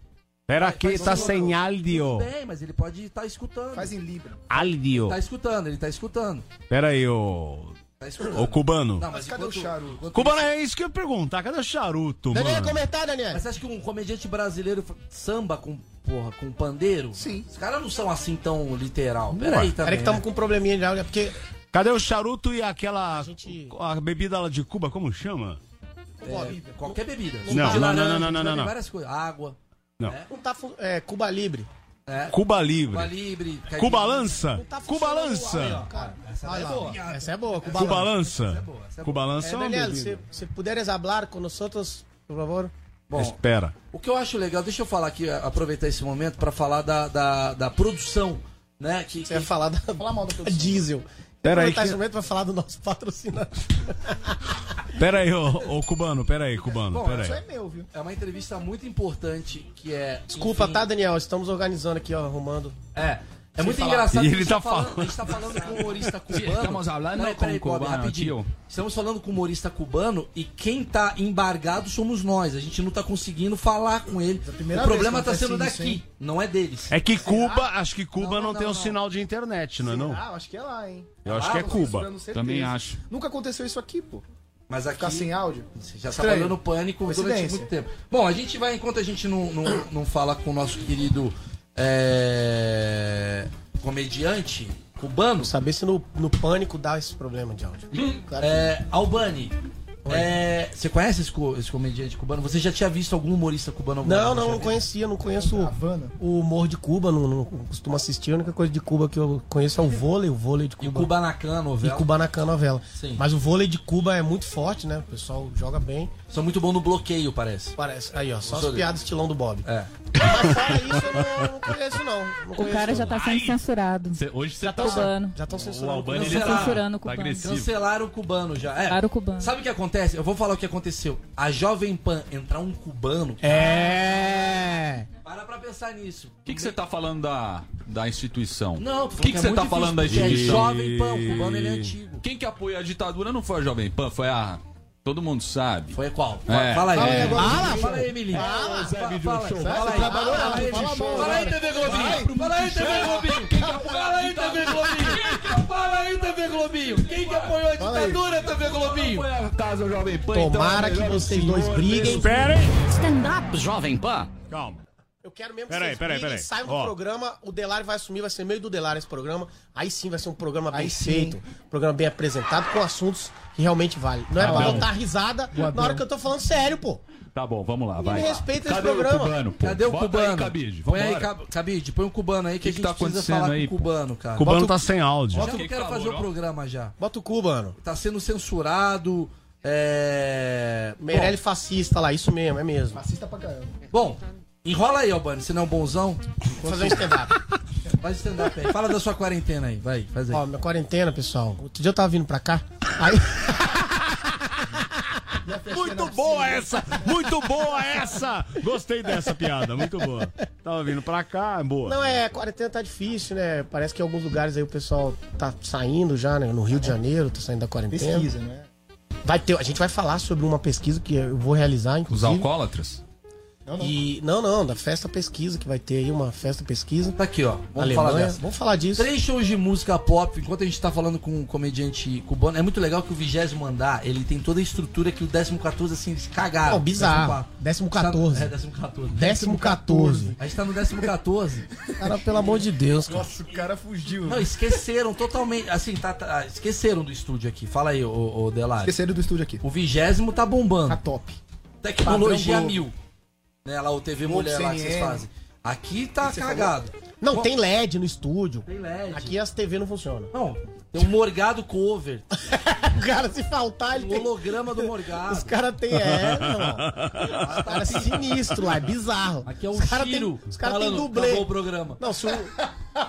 Pera que tá sem áudio. Tudo bem, mas ele pode estar escutando. Faz em Libra. Áudio. Tá escutando, ele tá escutando. Pera aí, ô. Tá escutando. Ô cubano. Não, mas Cadê o enquanto- charuto? Cubano, é isso que eu ia perguntar. Cadê o charuto, Daniel, mano? comentar, Daniel. Mas você acha que um comediante brasileiro fa- samba com porra, com pandeiro? Sim. Os caras não são assim tão literal. Peraí, também. Peraí tá que tamo né? com um probleminha de áudio, é porque. Cadê o charuto e aquela. A, gente- bebida lá de Cuba, como chama? Ó, É, qualquer bebida. Não, Suco de não, laranja, não, não, não, tem não, não. Várias coisas. Água. Não. né? Não tá. fun- É, Cuba Libre. É. Cuba Livre. Cuba Libre. caipirinha. Cuba Lança. Não tá funcionando Cuba o áudio, Lança. ó, cara. Essa daí é Olha lá. boa. Essa é boa, Cuba Cuba Lança. Lança. Cuba Lança É, é uma Daniel, bebida. se, se puderes hablar com nós outros, por favor. Bom, Espera. o que eu acho legal, deixa eu falar aqui, aproveitar esse momento pra falar da, da, da produção, né? Que, Você vai que- falar da mal da produção. Diesel. Pera aí Aproveitar que- esse momento pra falar do nosso patrocinador. Pera aí, ô, ô cubano, pera aí, cubano, Bom, pera Isso é aí. meu, viu? É uma entrevista muito importante que é. Desculpa, enfim, tá, Daniel? Estamos organizando aqui, ó, arrumando. É. É muito falar. engraçado. E que a ele gente tá falando. falando. A gente tá falando com humorista cubano. Estamos falando Peraí, com peraí, Bob, cubano, rapidinho. tio. Estamos falando com um humorista cubano e quem tá embargado somos nós. A gente não tá conseguindo falar com ele. primeira o problema vez que tá sendo acontece daqui, isso, não é deles. É que Cuba, acho que Cuba Não, não, não, tem um não. sinal de internet, não é não? Ah, acho que é lá, hein? Eu acho Lá, que é tô Cuba. censurando certeza. Também acho. Nunca aconteceu isso aqui, pô. Mas aqui Ficar assim, sem áudio. Você já Estranho. trabalhou no pânico durante Coincidência. muito tempo. Bom, a gente vai, enquanto a gente não, não, não fala com o nosso querido é, comediante cubano, Saber se no, no pânico dá esse problema de áudio. Hum. é, Albani. é, você conhece esse, co- esse comediante cubano? Você já tinha visto algum humorista cubano? alguma Não, vez na não, sua não vida? conhecia, não conheço o- É Havana. o humor de Cuba, não, não costumo assistir. A única coisa de Cuba que eu conheço é o vôlei, o vôlei de E o Cuba. Kubanacan, E novela. Kubanacan novela. Sim. Mas o vôlei de Cuba é muito forte, né? O pessoal joga bem. São muito bom no bloqueio, parece. Parece. Aí, ó, só Gostou as dele? piadas estilão do Bob. É. Mas Ah, fora isso, eu não, não conheço, não. Não O conheço, cara não. já tá sendo censurado. Cê- hoje você tá. Cubano. Já estão O censurando. Albani ele Não, tá, censurando o tá cubano. agressivo. Cancelaram o cubano já. É. Cancelaram o cubano. Sabe o que acontece? Eu vou falar o que aconteceu. A Jovem Pan entrar um cubano. É. Para pra pensar nisso. O que que você tá falando da, da instituição? Não, o que que você tá falando da gente? É instituição? jovem pão, o cubano ele é antigo. Quem que apoia a ditadura não foi a Jovem Pan, foi a. Todo mundo sabe. Foi qual? É. Fala aí. Fala aí É. agora, Fala, Emílio. fala aí, Emilinho. Fala, fala aí, fala aí. Trabalhou Fala lá, aí, fala Emílio. mal Fala aí, TV Globinho. Fala aí, TV Globinho. Fala aí, TV Globinho. Quem que apoia- Fala aí, TV Globinho. Quem que apoiou a Fala aí. ditadura, TV Globinho? a casa Jovem Pan, Tomara que vocês dois briguem. Espera aí. Stand-up Jovem Pan. Calma. Eu quero mesmo Peraí, que vocês peraí, briguem, peraí. saiam do Ó. programa, o Delari vai assumir, vai ser meio do Delari esse programa. Aí sim vai ser um programa bem feito, um programa bem apresentado, com assuntos que realmente valem. Não é pra bom. botar risada na hora que eu tô falando sério, pô. Tá bom, vamos lá, vai. Me respeita esse Cadê o programa. cubano? pô? Cadê o Bota cubano? Aí, cabide. Põe aí, Vambora. Cab- Cabide, põe um cubano aí que, Que a que gente tá precisa acontecendo falar aí, pô? com o cubano, cara. Cubano tá sem áudio. Bota, eu não Que quero calor, fazer o ó. programa já. Bota o cubano. Tá sendo censurado. É. Meirelli fascista lá, isso mesmo, é mesmo. Assista pra caramba. Bom, enrola aí, Albani, você não é um bonzão. Vou fazer um stand-up. Faz stand-up aí. Fala da sua quarentena aí, vai, faz aí. Ó, minha quarentena, pessoal. Outro dia eu tava vindo pra cá, aí... Muito boa essa! Muito boa essa! Gostei dessa piada, muito boa. Tava vindo pra cá, boa. Não, é, quarentena tá difícil, né? Parece que em alguns lugares aí o pessoal tá saindo já, né? No Rio de Janeiro, tá saindo da quarentena. Pesquisa, né? Vai ter, a gente vai falar sobre uma pesquisa que eu vou realizar, Os inclusive. alcoólatras? E não, não, da festa pesquisa que vai ter aí uma festa pesquisa. Tá aqui, ó. Vamos Alemanha. falar dessa. Vamos falar disso. Três shows de música pop, enquanto a gente tá falando com um comediante cubano, é muito legal que o vigésimo andar, ele tem toda a estrutura que o décimo 14, assim, eles cagaram. Não, bizarro. Décimo 14. É, décimo 14. Décimo 14. A gente tá no décimo 14. Cara, pelo amor de Deus, cara. Nossa, o cara fugiu. Não, esqueceram totalmente, assim, tá, tá- esqueceram do estúdio aqui. Fala aí, ô, ô Delari. Esqueceram do estúdio aqui. O vigésimo tá bombando. Tá top. Tecnologia Padrão Globo. mil. Né, lá o TV Globo, Mulher lá que vocês CNN. fazem. Aqui tá cagado. Não, tem LED no estúdio. Tem LED. Aqui as TV não funcionam. Não, tem um Morgado cover. O cara, se faltar, ele O tem. holograma do Morgado. Os caras tem. É, não. Os caras sinistro lá, é bizarro. Aqui é o Os caras Ciro Os caras têm falando, dublê. acabou o programa. Não, se o.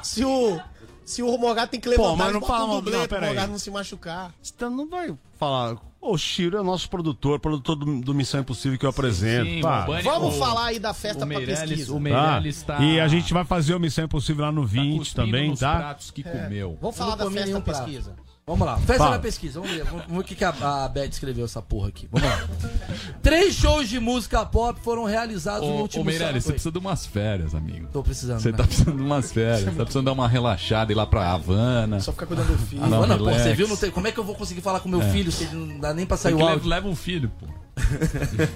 Se o. Se o Morgado tem que levantar, Pô, mas eles não botam fala mal- dublê não, pro peraí. Morgado não se machucar. é- Você Então, não vai falar. Ô, Chiro é o nosso produtor, produtor do, do Missão Impossível que eu apresento. sim, pá. o Bunny- Vamos o- falar aí da festa o pra Meirelles- pesquisa. o Tá? Meirelles tá- E a gente vai fazer o Missão Impossível lá no 20 cuspindo também, nos tá? pratos É. que comeu. Vamos Eu falar não da comi festa nenhum da prato. pesquisa. Vamos lá, festa Fala. da pesquisa, vamos ver, vamos, vamos ver o que, que a, a Beth escreveu essa porra aqui. Vamos lá. Três shows de música pop foram realizados no Ô, último ô Meirelles, você sábado. precisa de umas férias, amigo. Tô precisando, Você né? tá precisando de umas férias. Você tá precisando dar uma relaxada, ir lá pra Havana. Só ficar cuidando do filho. Ah, não, Mano, pô, relax. você viu? Não tem- como é que eu vou conseguir falar com meu É. filho se ele não dá nem pra Tem sair que o le- áudio? Leva um filho, pô.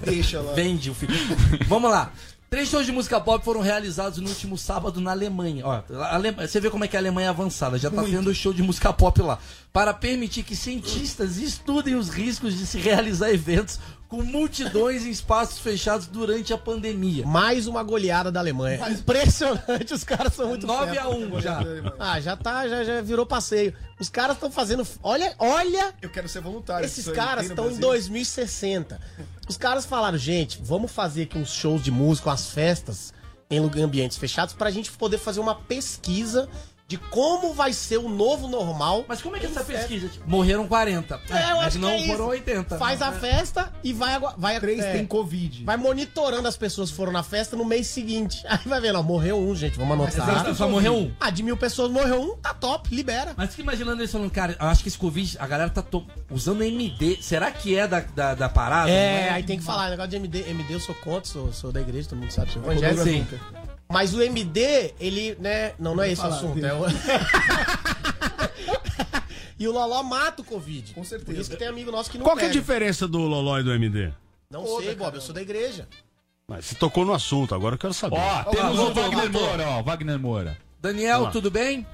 Deixa lá. Vende o filho. Vamos lá. Três shows de música pop foram realizados no último sábado na Alemanha. Ó, a Ale- Você vê como é que a Alemanha é avançada, já tá tendo show de música pop lá. Para permitir que cientistas estudem os riscos de se realizar eventos com multidões em espaços fechados durante a pandemia. Mais uma goleada da Alemanha. Impressionante, os caras são muito 9 fera. a 1 já. Ah, já tá, já, já virou passeio. Os caras estão fazendo. Olha, olha Eu quero ser voluntário. Esses Isso aí tem caras no estão em Brasil. 2060. Os caras falaram, gente, vamos fazer aqui uns shows de música, umas festas em lu- ambientes fechados pra gente poder fazer uma pesquisa de como vai ser o novo normal. Mas como é que é essa pesquisa? Tipo, morreram 40. É, eu mas acho não que é isso. foram né? 80. Faz a festa e vai agora- vai Três é, tem Covid. vai monitorando as pessoas que foram na festa no mês seguinte. Aí vai vendo, ó, morreu um, gente, vamos Exato, anotar. só morreu um. Ah, de mil pessoas morreu um, tá top, libera. Mas fica imaginando eles falando, cara, acho que esse Covid, a galera tá to- usando MD. Será que é da, da, da parada? É, aí tem que falar, negócio de MD, MD eu sou contra, sou, sou da igreja, todo mundo sabe, sou Rodolfo evangélico. assim. Sim. Nunca. Mas o MD, ele, né? Não, não é esse o falar assunto. dele. É o... e o Loló mata o Covid. Com certeza. Por isso que tem amigo nosso que não Qual que é a pega. diferença do Loló e do MD? Não Toda, sei, Bob, cara. eu sou da igreja. Mas você tocou no assunto, agora eu quero saber. Ó, temos voltou, o Wagner voltou. Moura, ó. Wagner Moura. Daniel, Vamos lá. tudo bem?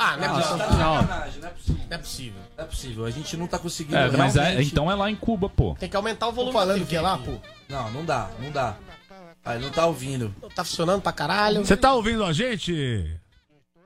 Ah, não é Não, possível. tá de sacanagem, não é possível. Não é possível. Não é possível, a gente não tá conseguindo. É, mas é, realmente- então é lá em Cuba, pô. Tem que aumentar o Tô volume. da falando TV que é lá, aqui. pô. Não, não dá, não dá. Ah, ele não tá ouvindo. Não Tá funcionando pra caralho. Você tá ouvindo a gente?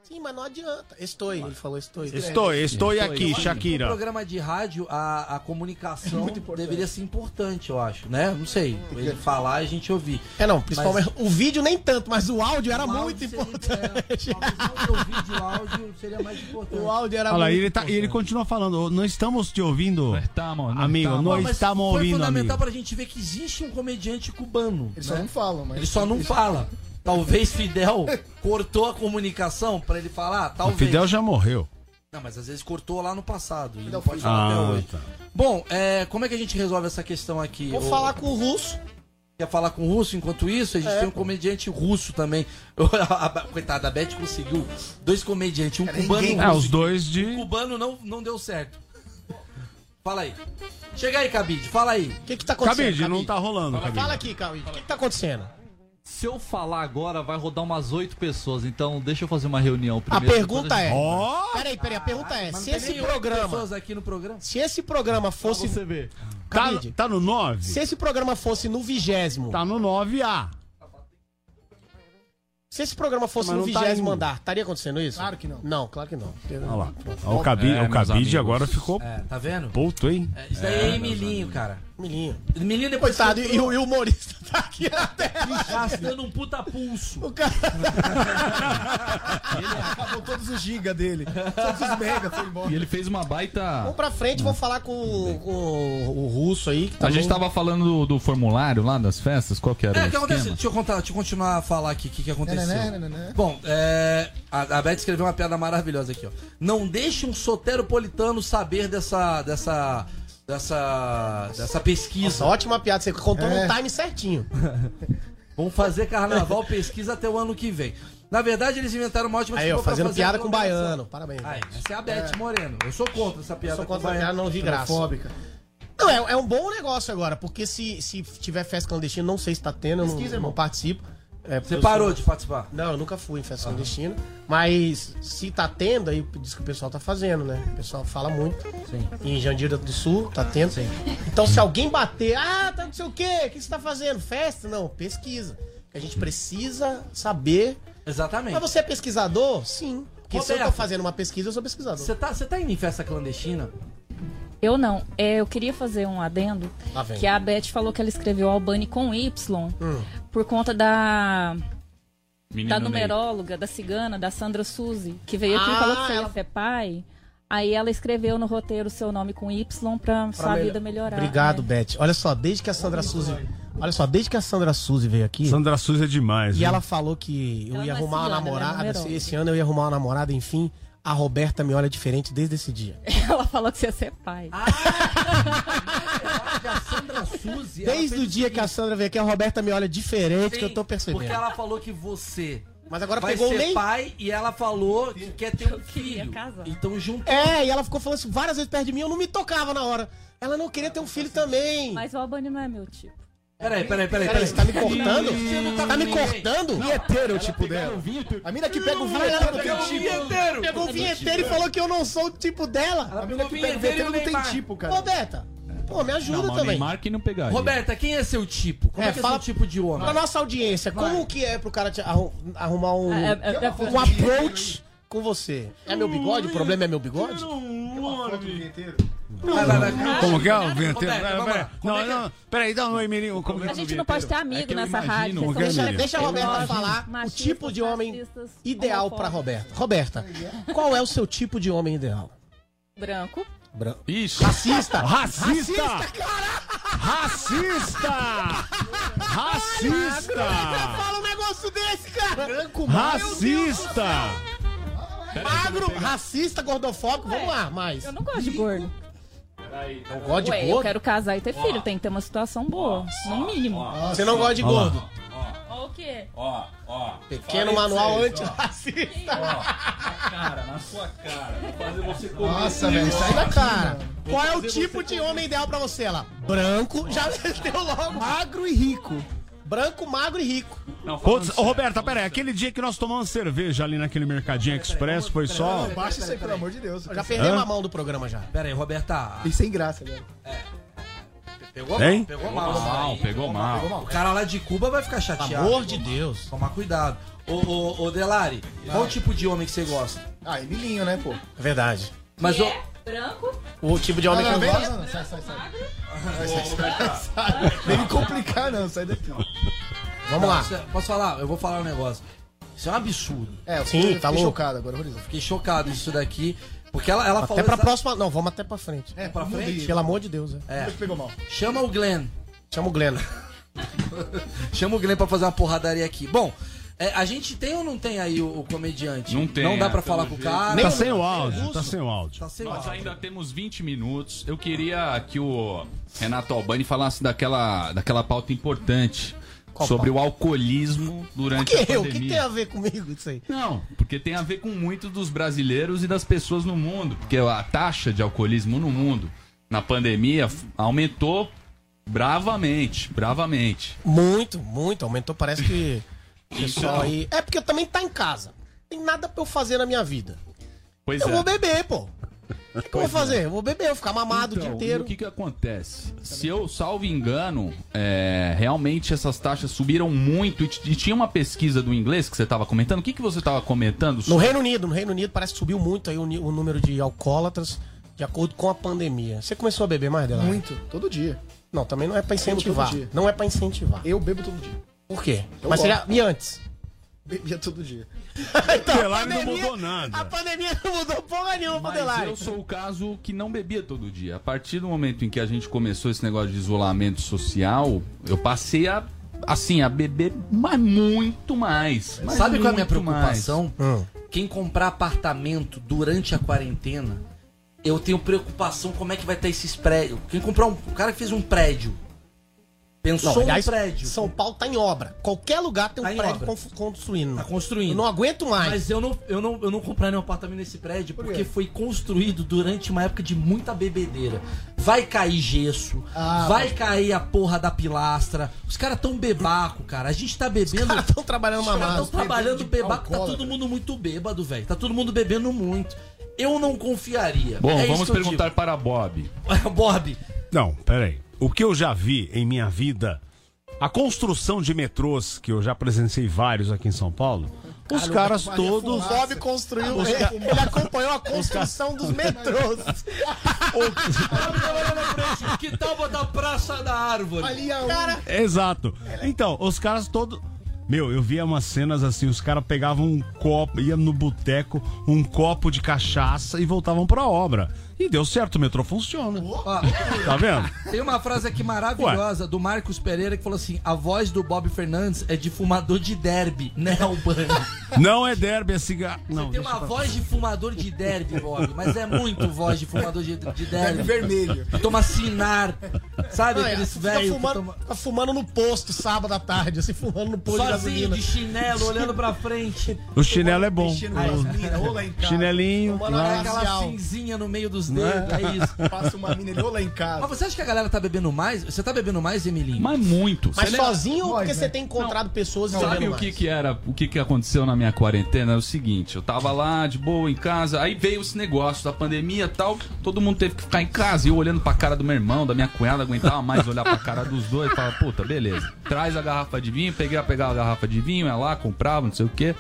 Sim, mas não adianta. Estou, ele falou estou. Estou, estou aqui, No Shakira. programa de rádio, a, a É comunicação deveria ser importante, eu acho, né? Não sei. Ele falar e a gente ouvir. É não, principalmente o vídeo nem tanto, mas o áudio era O áudio muito seria- importante. é, talvez não ouvir de áudio seria mais importante. O áudio era Olha lá, e muito ele, tá, e ele continua falando, "Ô, não estamos te ouvindo. Tá, mano. Amigo, tá, nós mano. estamos foi ouvindo, fundamental amigo. pra gente ver que existe um comediante cubano. Eles né? só não falam, mas. Ele só não fala. Talvez Fidel cortou a comunicação pra ele falar, O talvez. Fidel já morreu. Não, mas às vezes cortou lá no passado. E não Fidel pode foi- falar até Ah, hoje. tá. Bom, é, como é que a gente resolve essa questão aqui? Vou Ô, falar com o russo. Quer falar com o russo enquanto isso? A gente tem um comediante russo também. A- a- Coitada, a Beth conseguiu dois comediantes, um cubano e um É, russo. os dois de. O cubano não, não deu certo. Fala aí. Chega aí, Cabide, fala aí. O que que tá acontecendo? Cabide, não tá rolando, Cabide? Fala Cabide. aqui, Cabide. O que que tá acontecendo? Se eu falar agora, vai rodar umas oito pessoas. Então, deixa eu fazer uma reunião tá A primeiro. pergunta é. Ó! Peraí, peraí, a pergunta é: Mas se não tem esse nem oito programa. pessoas aqui no programa. Se esse programa fosse. Você vê. Tá, Cabide, tá no 9? se esse programa fosse no vigésimo. Tá no 9A. Se esse programa fosse Mas no não tá vigésimo indo. andar, estaria acontecendo isso? Claro que não. Não, claro que não. Olha lá. Ó, o Cabide, É, o meus amigos. cabide agora ficou É, tá vendo? puto, hein? É, isso daí é, Emilinho, cara. Um Milinho. Emilinho depois Coitado, que e o, e o humorista tá aqui na tela. gastando um puta pulso. O cara. Acabou todos os giga dele. Todos os mega foi é- embora. E ele fez uma baita. Vamos pra frente, vou falar com, o- com o, o russo aí. que tá A gente bom. tava falando do, do formulário lá das festas, qual que era É, um o o que aconteceu? esquema? Deixa eu contar, deixa eu continuar a falar aqui o que, que né, aconteceu. Nananana. Bom, é, a, a Beth escreveu uma piada maravilhosa aqui, ó. Não deixe um soteropolitano saber dessa, dessa dessa, dessa pesquisa. Nossa, ótima piada, você contou É. no time certinho. Vamos fazer carnaval pesquisa até o ano que vem. Na verdade, eles inventaram uma ótima Aí, ó, desculpa pra fazendo fazer piada com o aglomeração. baiano. Parabéns. Aí, essa é a Beth Moreno. Eu sou contra essa piada sou com contra a baiano. piada não de graça. Xenofóbica. Não, é, é um bom negócio agora, porque se, se tiver festa clandestina, não sei se tá tendo, eu não- Pesquisa, não, irmão. participo. É, porque Você eu parou Ah. sou- de participar? Não, eu nunca fui em festa clandestina. Mas se tá tendo, aí diz que o pessoal tá fazendo, né? O pessoal fala muito. Sim. Em Jandira do Sul, tá tendo. Sim. Então se alguém bater, ah, tá não sei o quê, o que você tá fazendo? Festa? Não, pesquisa. A gente precisa saber. Exatamente. Mas você é pesquisador? Sim. Porque se eu tô Roberto. fazendo uma pesquisa, eu sou pesquisador. Você tá, você tá indo em festa clandestina? Eu não. É, eu queria fazer um adendo. Lá vem. que a Beth falou que ela escreveu Albani com Y por conta da. da numeróloga, da cigana, da Sandra Suzy, que veio aqui e Ah, falou que você ela- ia ser pai. Aí ela escreveu no roteiro seu nome com Y pra sua melhor- vida melhorar. né? Obrigado, Beth. Olha só, desde que a Sandra Suzy. Olha só, desde que a Sandra Suzy veio aqui. Sandra Suzy é demais. E viu? ela falou que eu Ela ia não é arrumar uma cigana, ela é namorada. assim, numeróloga. esse ano eu ia arrumar uma namorada, enfim. A Roberta me olha diferente desde esse dia. Ela falou que você ia ser pai. Ah. A Sandra Suzy. ela Desde fez- o dia que a Sandra veio aqui, a Roberta me olha diferente, que eu tô percebendo. Porque ela falou que você. Mas agora vai pegou ser o meio. pai e ela falou que quer ter um filho. Então junto. É, e ela ficou falando isso várias vezes perto de mim, eu não me tocava na hora. Ela não queria ter um filho também. Mas o Albani não é meu tipo. Peraí, peraí, peraí. Peraí, você tá me cortando? Você não Tá me cortando? Vinheteiro é o tipo dela. A mina que pega o Não, ela vinheteiro pegou tem o é tipo. vinheteiro. Pegou o um vinheteiro e falou que eu não sou o tipo dela. A mina que pega o vinheteiro não tem tipo, cara. Roberta, pô, me ajuda Não, mas o também. Neymar que não pegaria. Roberta, quem é seu tipo? Como é, É, que fala- é seu tipo de homem? Pra nossa audiência, como que é pro cara te arru- arrumar um, É, é, é, um approach com você? É meu bigode? O problema é meu bigode? Vai, vai, vai. Como que é o vinheteiro? Roberto, Pera- vamos lá. pera- Não, não, peraí, dá um oi, Mirinho. Como que é A o gente vinheteiro? não pode ter amigo nessa rádio. como que é, Deixa, Mirinho? deixa a Roberta imagino. falar o Machistas, tipo de homem fascistas, ideal pra Roberta. Roberta, qual é o seu tipo de homem ideal? é Branco. Bran- Isso. Racista! Racista! Racista, Racista! Racista! Fala um negócio desse, cara! Branco, Racista! magro, racista, gordofóbico, vamos lá, mais. Eu não gosto de gordo. Não gosta de Ué, eu gordo? quero casar e ter filho. Tem que ter uma situação boa. No mínimo. Você não gosta de Ó lá. gordo? Ó o quê? Ó, ó. Pequeno manual antirracista. Cara, na sua cara. Vou fazer você comer. Nossa, velho, sai da é cara. Vou Qual é o fazer tipo de homem ideal pra você, lá? Branco, já deu logo. Magro e rico. Branco, magro e rico. Putz, ô, Roberta, peraí, aquele dia que nós tomamos cerveja ali naquele Mercadinho Express foi só. Baixa isso aí, pelo amor de Deus. Eu já perdi Hã? uma mão do programa já. Pera aí, Roberta. E sem graça, né? Pegou Hein? mal, pegou mal. isso mal, aí. pegou mal. Pegou mal. O cara lá de Cuba vai ficar chateado. Pelo amor de Deus. Tomar cuidado. Ô, ô, ô Delari, qual o tipo de homem que você gosta? Ah, e milinho, né, pô? É verdade. Mas é o. Branco. O tipo de homem não, que não, eu vem, gosto. não, não, sai, sai, sai. Sai, sai, sai, sai. Vem me complicar, não, sai daqui. Vamos lá. Posso, posso falar? Eu vou falar um negócio. Isso é um absurdo. É, eu Sim, fiquei- tá fiquei louco. chocado agora, Rodrigo. Fiquei chocado isso daqui. Porque ela, ela Até falou. pra exa- próxima. Não, vamos até pra frente. É, pra frente? Pelo amor de Deus. É. É. Pegou mal. Chama o Glenn. Chama o Glenn. Chama o Glenn pra fazer uma porradaria aqui. Bom, é, a gente tem ou não tem aí o, o comediante? Não tem, Não dá é, pra pelo falar com o jeito. cara. Tá sem o áudio, tá sem o áudio. Tá sem Nós áudio. ainda temos 20 minutos. Eu queria que o Renato Albani falasse daquela, daquela pauta importante Qual sobre o alcoolismo durante Que a eu? O que tem pandemia. a ver comigo isso aí? Não, porque tem a ver com muito dos brasileiros e das pessoas no mundo. Porque a taxa de alcoolismo no mundo na pandemia f- aumentou bravamente, bravamente. Muito, muito. Aumentou, parece que. o Pessoal Então. aí. É porque eu também tá em casa. Tem nada pra eu fazer na minha vida. Pois Eu é. vou beber, pô. O que, é. que eu vou fazer? Eu vou beber, eu vou ficar mamado o Então, dia e O inteiro. que, que acontece? Se eu salvo engano, é, realmente essas taxas subiram muito. E, t- e tinha uma pesquisa do inglês que você estava comentando. O que, que você estava comentando? No Reino Unido, no Reino Unido parece que subiu muito aí o, ni- o número de alcoólatras de acordo com a pandemia. Você começou a beber mais dela? Muito, todo dia. Não, também não é pra incentivar. Todo dia. Não é pra incentivar. Eu bebo todo dia. Por quê? Eu Mas você já... gosto. E antes? Bebia todo dia. Então, a Delari não pandemia- mudou nada. A pandemia não mudou porra nenhuma pro Mas Delari. eu sou o caso que não bebia todo dia. A partir do momento em que a gente começou esse negócio de isolamento social, eu passei a, assim, a beber mas muito mais. Mas Sabe qual é a minha Hum. muito mais. preocupação? Quem comprar apartamento durante a quarentena eu tenho preocupação como é que vai estar esses prédios. Quem comprar um. O cara que fez um prédio. Pensou Não, um aliás, prédio. São Paulo tá em obra. Qualquer lugar tem um Tá em prédio obra. conf- construindo. Tá construindo. Eu não aguento mais. Mas eu não, eu não, eu não comprei nenhum apartamento nesse prédio Por quê? porque foi construído durante uma época de muita bebedeira. Vai cair gesso, Ah, vai mas- cair a porra da pilastra. Os caras tão bebaco, cara. A gente tá bebendo. Os caras tão trabalhando Os caras mamado. tão trabalhando De bebaco. Tá alcoólatra. todo mundo muito bêbado, velho. Tá todo mundo bebendo muito. Eu não confiaria. Bom, É isso vamos que eu perguntar para Bob. digo. Bob, Não, peraí. O que eu já vi em minha vida, a construção de metrôs, que eu já presenciei vários aqui em São Paulo, os Cara, caras Maria todos. Fumaça. O Bob construiu, Os ele, ca- ele acompanhou a construção dos metrôs. que tal botar Praça da Árvore? Ali aonde? Cara, Exato. Então, os caras todos. Meu, eu via umas cenas assim, os caras pegavam um copo, ia no boteco, um copo de cachaça e voltavam pra obra. E deu certo, o metrô funciona. Tá vendo? Tem uma frase aqui maravilhosa do Marcos Pereira que falou assim: a voz do Bob Fernandes é de fumador de derby, né, Albano? Não é derby, é cigarro. Não, Tem uma voz de fumador de derby, Bob, mas é muito voz de fumador de, de derby. Derby É vermelho. Toma sinar, sabe? Não, é, aqueles fica velhos. fumando, fica fumando no posto sábado à tarde, assim, fumando no posto Sozinho, de gasolina. de chinelo, olhando pra frente. O chinelo é bom. Chinelinho. Mano, é lá. aquela cinzinha no meio dos Não é? dedos, é isso. Passa uma mina, ele, "Ô, lá em casa." Mas você acha que a galera tá bebendo mais? Você tá bebendo mais, Emilinho? Mas muito. Mas Você sozinho ou lembra- porque você tem encontrado pessoas e Sabe bebendo o que mais? que era, o que que aconteceu na minha quarentena? É o seguinte, eu tava lá de boa em casa, aí veio esse negócio da pandemia e tal, todo mundo teve que ficar em casa, e eu olhando pra cara do meu irmão, da minha cunhada, aguentava mais olhar pra cara dos dois, e falava, puta, beleza, traz a garrafa de vinho, peguei a pegar a garrafa de vinho, ia lá, comprava, não sei o quê.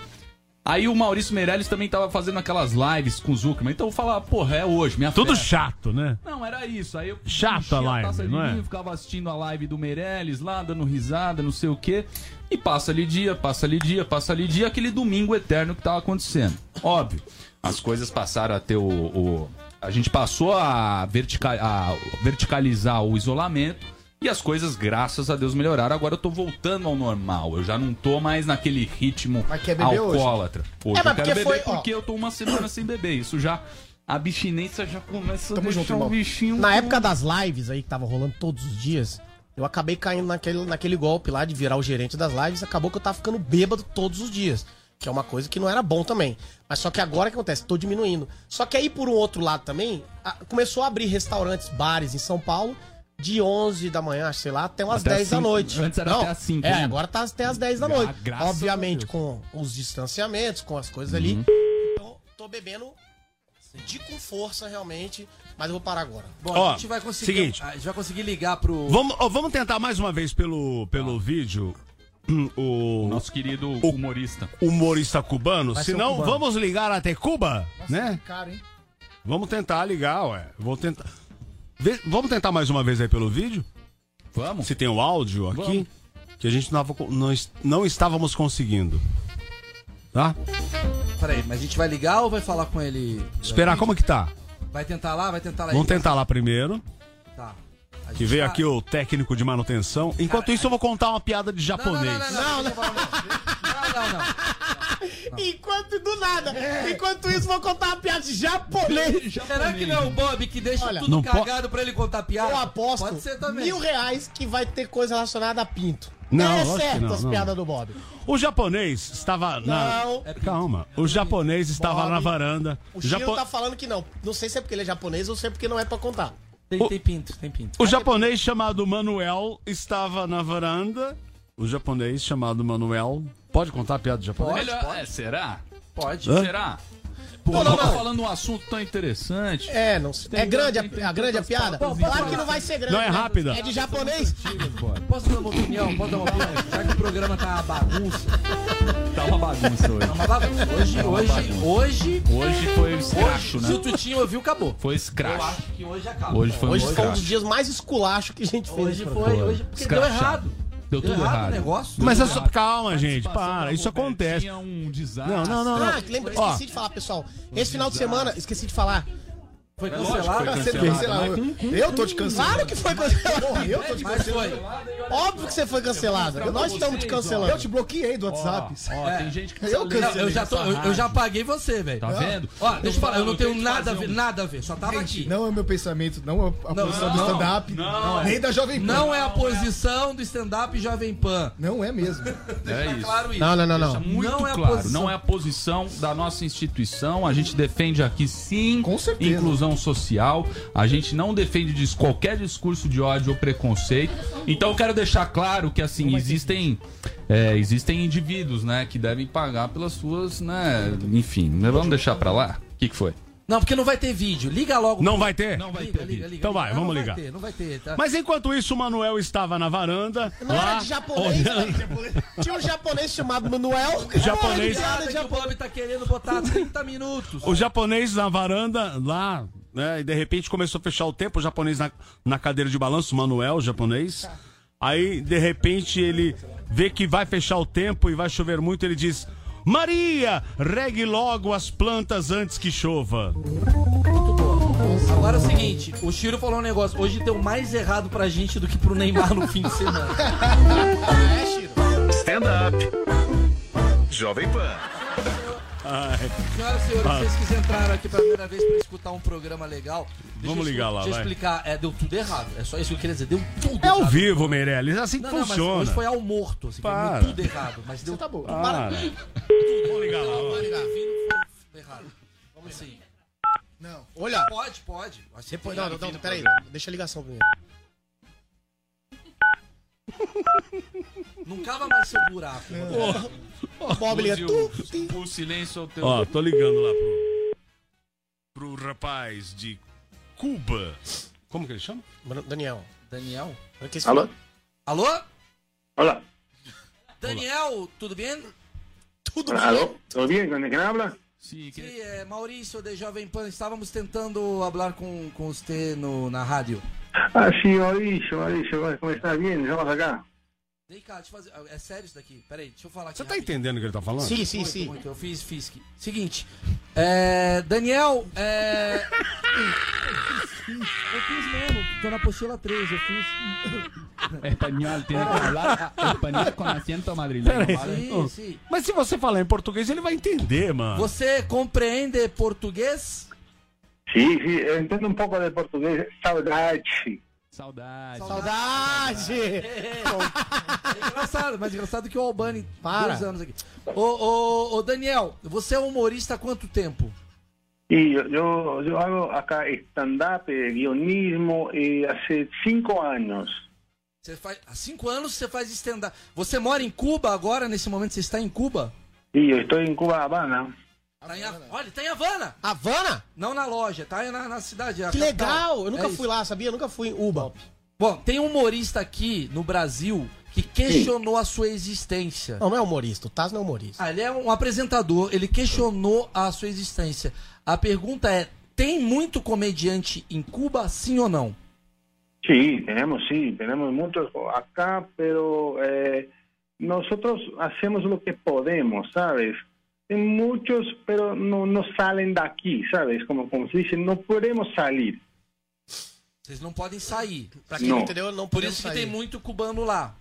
Aí o Maurício Meirelles também tava fazendo aquelas lives com o Zuckerman, então eu falava, porra, é hoje, minha Tudo festa. chato, né? Não, era isso. Aí eu Chato enchia a live, taça de não é? vinho, ficava assistindo a live do Meirelles lá, dando risada, não sei o quê. E passa ali dia, passa ali dia, passa ali dia, aquele domingo eterno que tava acontecendo. Óbvio. As coisas passaram a ter o. o- a gente passou a, vertica- a verticalizar o isolamento. E as coisas, graças a Deus, melhoraram. Agora eu tô voltando ao normal. Eu já não tô mais naquele ritmo Mas quer beber hoje? alcoólatra. Hoje, É, mas eu quero porque beber foi- ó. porque eu tô uma semana sem beber. Isso já. A abstinência já começa Tamo a junto, deixar irmão. um bichinho. Na época das lives aí que tava rolando todos os dias, eu acabei caindo naquele, naquele golpe lá de virar o gerente das lives, acabou que eu tava ficando bêbado todos os dias. Que é uma coisa que não era bom também. Mas só que agora o que acontece? Tô diminuindo. Só que aí, por um outro lado também, a- começou a abrir restaurantes, bares em São Paulo, de 11 da manhã, sei lá, até umas Até 10 da cinco. noite. Antes era até às cinco, É, né? agora tá até as 10 da Gra- noite. graças a Uhum. Obviamente, com os distanciamentos, com as coisas ali. Então, tô bebendo de com força, realmente. Mas eu vou parar agora. Bom, Ó, a gente vai conseguir. seguinte. a gente vai conseguir ligar pro. Vamos, ó, vamos tentar mais uma vez pelo, pelo vídeo. hum, O Nosso querido humorista. humorista cubano. Vai Se ser não, um cubano. vamos ligar até Cuba, né? Vamos tentar ligar, ué. Vou tentar. Vê- vamos tentar mais uma vez aí pelo vídeo? Vamos. Se tem o áudio aqui, Vamos. que a gente não, tava co- não es- não estávamos conseguindo. Tá? Peraí, mas a gente vai ligar ou vai falar com ele? Esperar, como que tá? Vai tentar lá? Vai tentar lá? Vamos aí. tentar lá primeiro. Tá. Que veio aqui o técnico de manutenção. Enquanto isso, eu vou contar uma piada de japonês. Não, não, não, não. Enquanto do nada. Enquanto isso, vou contar uma piada de japonês. Será que não é o Bob que deixa Olha, tudo não po- cagado pra ele contar piada? Eu aposto Pode ser também. mil reais que vai ter coisa relacionada a pinto. Não, é lógico que certo não, as não. piadas do Bob. O japonês estava na. Não. Calma. O japonês estava Bob, na varanda. O Chino Japo- tá falando que não. Não sei se é porque ele é japonês ou se é porque não é pra contar. Tem, tem pinto, tem pinto. O japonês chamado Manuel estava na varanda. O japonês chamado Manuel. Pode contar a piada do japonês? Melhor- é, será? Pode. Hã? Será? Pô, Não, não, tava não. falando um assunto tão interessante. É, não sei. É grande a, a grande a piada? Bom, bom, Claro bom. que não vai ser grande. Não é né? rápida. É de japonês? Posso dar uma opinião? Posso dar uma opinião? Já que o programa tá uma bagunça. Tá uma bagunça hoje. Tá uma bagunça. Hoje, Tá uma hoje, bagunça. hoje. Hoje foi escracho, Se o né? Tutinho ouviu, acabou. Foi Eu escracho. acho que hoje acaba. Hoje foi Hoje muito foi escracho. um dos dias mais esculacho que a gente fez. Hoje mano. foi, hoje. Porque deu Escrachado. errado. Deu tudo errado. o negócio. Mas é Tudo só. errado. Calma, gente. Participação Para. da Isso acontece. Robertinha, um desastre. Não, não, não. Ah, lembra, Ó. esqueci de falar, pessoal. Esse final de semana, esqueci de falar. Foi É lógico que Tá cancelado? foi Você cancelado. cancelado, mas né? com- com- Eu tô te cancelando. Claro que foi cancelado. Porra, eu É, tô te Mas foi. cancelando. Óbvio que você foi cancelado. Eu vou Nós mostrar estamos te vocês, cancelando. ó. Eu te bloqueei do WhatsApp. ó, É. tem gente que eu, cancelou. cancelei. eu já tô, Essa eu, eu já rádio. paguei você, velho. Tá vendo? Ó, deixa eu falar, eu não Eu tenho tenho que nada a fazer ver, um- nada a ver, só tava Gente, aqui. Não é o meu pensamento, não é a Não, posição não, do stand-up, não. nem da Jovem Pan. Não é a posição do stand-up Jovem Pan. Não é mesmo. É isso. claro isso. Não, não, não, não. Deixa Muito não é a claro. posição. Não é a posição da nossa instituição. A gente defende aqui, sim, inclusão social. A gente não defende dis- qualquer discurso de ódio ou preconceito. Então, eu quero deixar claro que, assim, existem... é, existem indivíduos, né, que devem pagar pelas suas, né, enfim, né, vamos deixar pra lá. O que, que foi? Não, porque não vai ter vídeo. Liga logo. Não vai ter? Não vai ter. Liga, liga, Então vai, Não, vamos não ligar. Vai ter, não vai ter, tá? Mas enquanto isso, o Manuel estava na varanda. Não lá, era de japonês, olhando- Tinha um japonês chamado Manuel. Japonês. Piada que o Bob tá querendo botar 30 minutos. O japonês na varanda, lá, né? E de repente começou a fechar o tempo, o japonês na, na cadeira de balanço, o Manuel, o japonês. Aí, de repente, ele vê que vai fechar o tempo e vai chover muito, ele diz: Maria, regue logo as plantas antes que chova. Agora é o seguinte, o Chiro falou um negócio. Hoje deu mais errado pra gente do que pro Neymar no fim de semana. Stand up. Jovem Pan. Senhoras e senhores, Ah. vocês que entraram aqui pela primeira vez pra escutar um programa legal. deixa Vamos eu ligar expli- lá, Deixa eu vai. explicar. É, deu tudo errado. É só isso que eu queria dizer. Deu tudo É ao errado. vivo, Meirelles, é assim que Não, não, mas funciona. Ah, hoje foi ao morto, assim, foi Para. tudo errado. Mas deu... Você tá bom. Para. Vamos ligar lá, ó. Errado. Vamos sim. Não, olha. Pode, pode. Você Depois, não, não, não, peraí. Deixa a ligação primeiro. um- Não cava mais seu buraco. Porra. Ó, Bob é liga. Use o, o silêncio ao teu... Ó, tô ligando lá pro. Pro rapaz de Cuba. Como que ele chama? Daniel. Daniel? Alô? Alô? Hola. Daniel, tudo bem? Hola, ¿Aló? ¿Todo bien? ¿Con quién habla? Sim, é Maurício de Jovem Pan. Estávamos tentando falar com, com você no, na rádio. Ah, sí, Mauricio, Mauricio, ¿cómo estás? Bien, estamos tá? acá. Vem cá, deixa eu fazer. É sério isso daqui? Peraí, deixa eu falar aqui. Você tá entendendo o que ele tá falando? Sim, sim, sim. Eu fiz, fiz. que- Seguinte, é, Daniel, é... eu fiz mesmo, tô na apostila 3, eu fiz. Espanhol, é tem que falar espanhol com acento madrileño. Peraí. Ô, Mas se você falar em português, ele vai entender, mano. Você compreende português? Sí, sí, entiendo un poco de portugués. Saudade. Saudade. Saudade! É engraçado, mas engraçado que o Albani. Hum, Para. Dois anos aqui. Ô, ô, ô, Daniel, você é humorista há quanto tempo? Y yo, yo, yo hago acá stand-up, eh, guionismo, eh, hace cinco años. Você faz, há cinco anos você faz stand-up. Você mora em Cuba agora, nesse momento você está em Cuba? Y yo estoy en Cuba, Habana. Tá em Ha- Olha, tá em Havana! Havana? Não na loja, tá na, na cidade. a Que capital. legal! Eu nunca É isso. fui lá, sabia? Eu nunca fui em Uba. Bom, tem um humorista aqui no Brasil que questionou a sua existência. Não, não é humorista. O Taz não é humorista. Ah, ele é um apresentador, ele questionou a sua existência. A pergunta é: tem muito comediante em Cuba, sim ou não? Sí, tenemos, sí, tenemos muchos acá, pero eh, nosotros hacemos lo que podemos, ¿sabes? Hay muchos, pero no, no salen de aquí, ¿sabes? Como, como se dice, no podemos salir. Vocês não podem sair. Ah, Pra quem não Não. entendeu, não Por podemos isso que sair. tem muito cubano lá.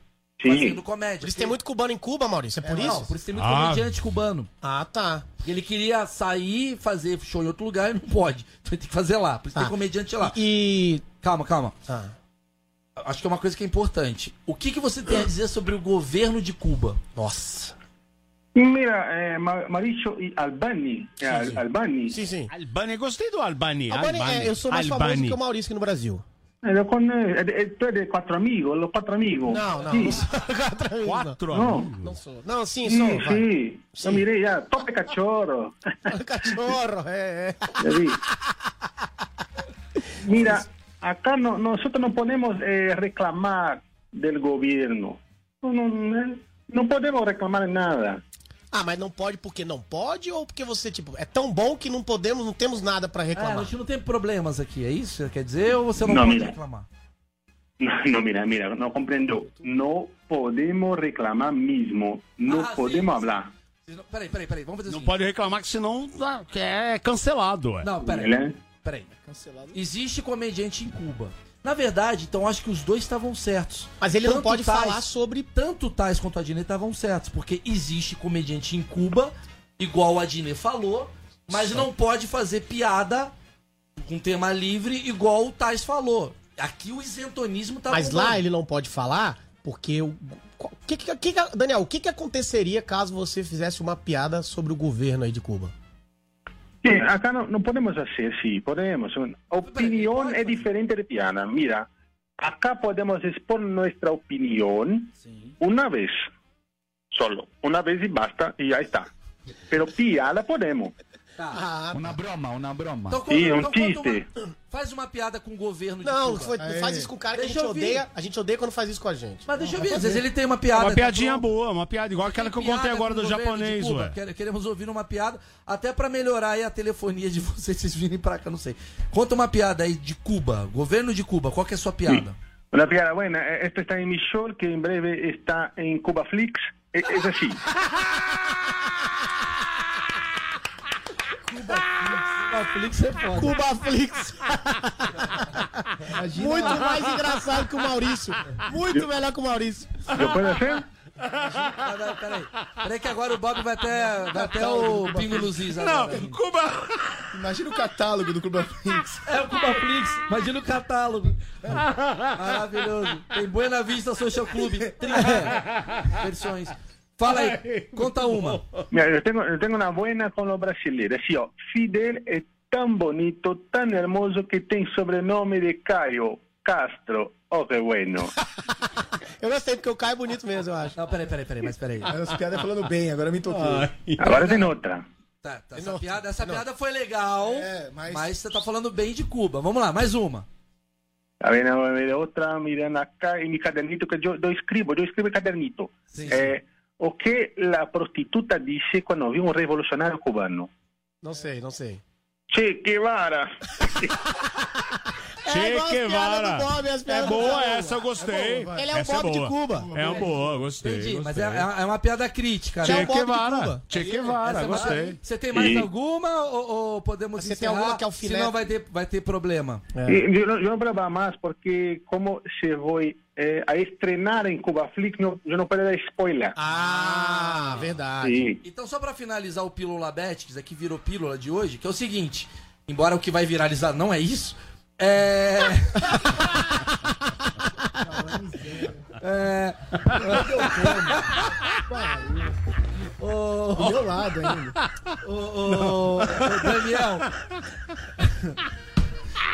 Sim. Fazendo comédia. Por isso tem muito cubano em Cuba, Maurício. É por É, isso? Não, por isso tem muito Ah. comediante cubano. Ah, tá. Ele queria sair, fazer show em outro lugar e não pode. Então ele tem que fazer lá. Por isso Ah. tem comediante lá. E. Calma, calma. Ah. Acho que é uma coisa que é importante. O que, que você tem a dizer sobre o governo de Cuba? Nossa. Mira, eh, Ma- Mauricio y Albani. eh, Al- Albani. Sí, sí. Albani, gostei do Albani. Albani, é, eu sou mais famoso que o Maurício aqui no Brasil. Pero con, eh, eh, tú eres cuatro amigos, los cuatro amigos. Não, não. Sí. Não sou quatro amigos, Quatro Não. amigos. Não sou. Não, sim, Sí, sou. sí, vai. Yo miré ya, tope cachorro. Cachorro, é, é. Ya vi. Mira, acá no, nosotros no podemos eh, reclamar del gobierno. No, no, no, no podemos reclamar nada. Ah, mas não pode porque não pode ou porque você, tipo, é tão bom que não podemos, não temos nada pra Ah, a reclamar? gente não tem problemas aqui, é isso? que você Quer dizer, ou você não, Não, pode mira. reclamar? No, no, mira, mira, no comprendo. No podemos reclamar mismo. No Ah, sí, podemos sí. hablar. Vocês não- Peraí, peraí, peraí, vamos fazer o Não seguinte. pode reclamar que senão dá- que é tá, cancelado, ué. Não, peraí. Ele é- Peraí. Existe comediante em Cuba. Na verdade, então acho que os dois estavam certos. Mas ele não pode falar sobre. Tanto Tais quanto a Dine estavam certos, porque existe comediante em Cuba, igual a Dine falou, mas não pode fazer piada com tema livre, igual o Tais falou. Aqui o isentonismo tá Mas bombando. lá ele não pode falar porque o. qual- que- que- que- Daniel, o que, que aconteceria caso você fizesse uma piada sobre o governo aí de Cuba? Sí, acá no, no podemos hacer, sí, podemos. Un- Opinión es diferente de Diana. Mira, acá podemos exponer nuestra opinión una vez, solo, una vez y basta, y ya está. Pero piada podemos. Tá. Uma broma, uma broma. Então, Sí, conta- un então conta chiste. uma- faz uma piada com o governo de Não, Cuba. foi- não faz isso com o cara que a gente odeia. A gente odeia quando faz isso com a gente. Mas deixa eu ver, vai às vezes fazer. ele tem uma piada. tá Uma piadinha Então, boa, uma piada igual aquela que eu contei piada agora com do o governo de japonês, Cuba. ué. Quere- Queremos ouvir uma piada, até pra melhorar aí a telefonia de vocês, vocês virem pra cá, não sei. Conta uma piada aí de Cuba, governo de Cuba, qual que é a sua piada? Una piada buena. Eh, Esto está en mi show, que en breve está en Cuba Flix. Eh, Es así. Cubaflix é foda. Cubaflix. Muito mais engraçado que o Maurício. Muito melhor que o Maurício. ¿Lo puedo hacer? Ah, não, Peraí, peraí que agora o Bob vai até, vai até o Pingo Luziz agora. Não, Cuba. Imagina o catálogo do Cuba Flix. É o Cubaflix, imagina o catálogo. Maravilhoso. Tem Buena Vista Social Club, 30 versões. Fala aí, conta uma. Mira, yo tengo, yo tengo una buena con los brasileños. Sí, oh, Fidel es tan bonito, tan hermoso que tiene sobrenombre de Caio Castro. Oh, qué bueno. Eu gostei, porque o Caio é bonito mesmo, eu acho. Não, peraí, peraí, peraí, mas peraí. As piadas falando bem, agora eu me toquei. Ahora tiene otra. Tá, tá, essa piada, essa piada foi legal, É, mas... você tá falando bem de Cuba. Vamos lá, mais uma. A ver, a ver, otra, miren acá en mi cadernito que yo, yo escribo, yo escribo el cadernito. Eh, ¿O qué la prostituta dice cuando vio un revolucionario cubano? Não sei, não sei. Che Guevara. É igual as piadas do Bob, as É piadas do boa Bob. essa, eu gostei. É boa, vai. Ele é o Essa Bob de boa. Cuba. É uma boa, gostei. Entendi, mas é, um gostei. é uma piada crítica. Che né? Guevara. Che Essa é Guevara, uma- gostei. Você tem mais E- alguma ou, ou podemos Você tem encerrar? alguma que é o filé? Senão vai ter, vai ter problema. Y yo, no- yo no hablaba más porque como se voy eh, a estrenar en Cuba Flix, no- yo no puedo dar spoiler. Ah, verdade. Sim. Então, só pra finalizar o Pílula Betics, aqui virou Pílula de hoje, que é o seguinte, embora o que vai viralizar não é isso, é... é... Do meu lado ainda. Ô, ô, ô, Daniel,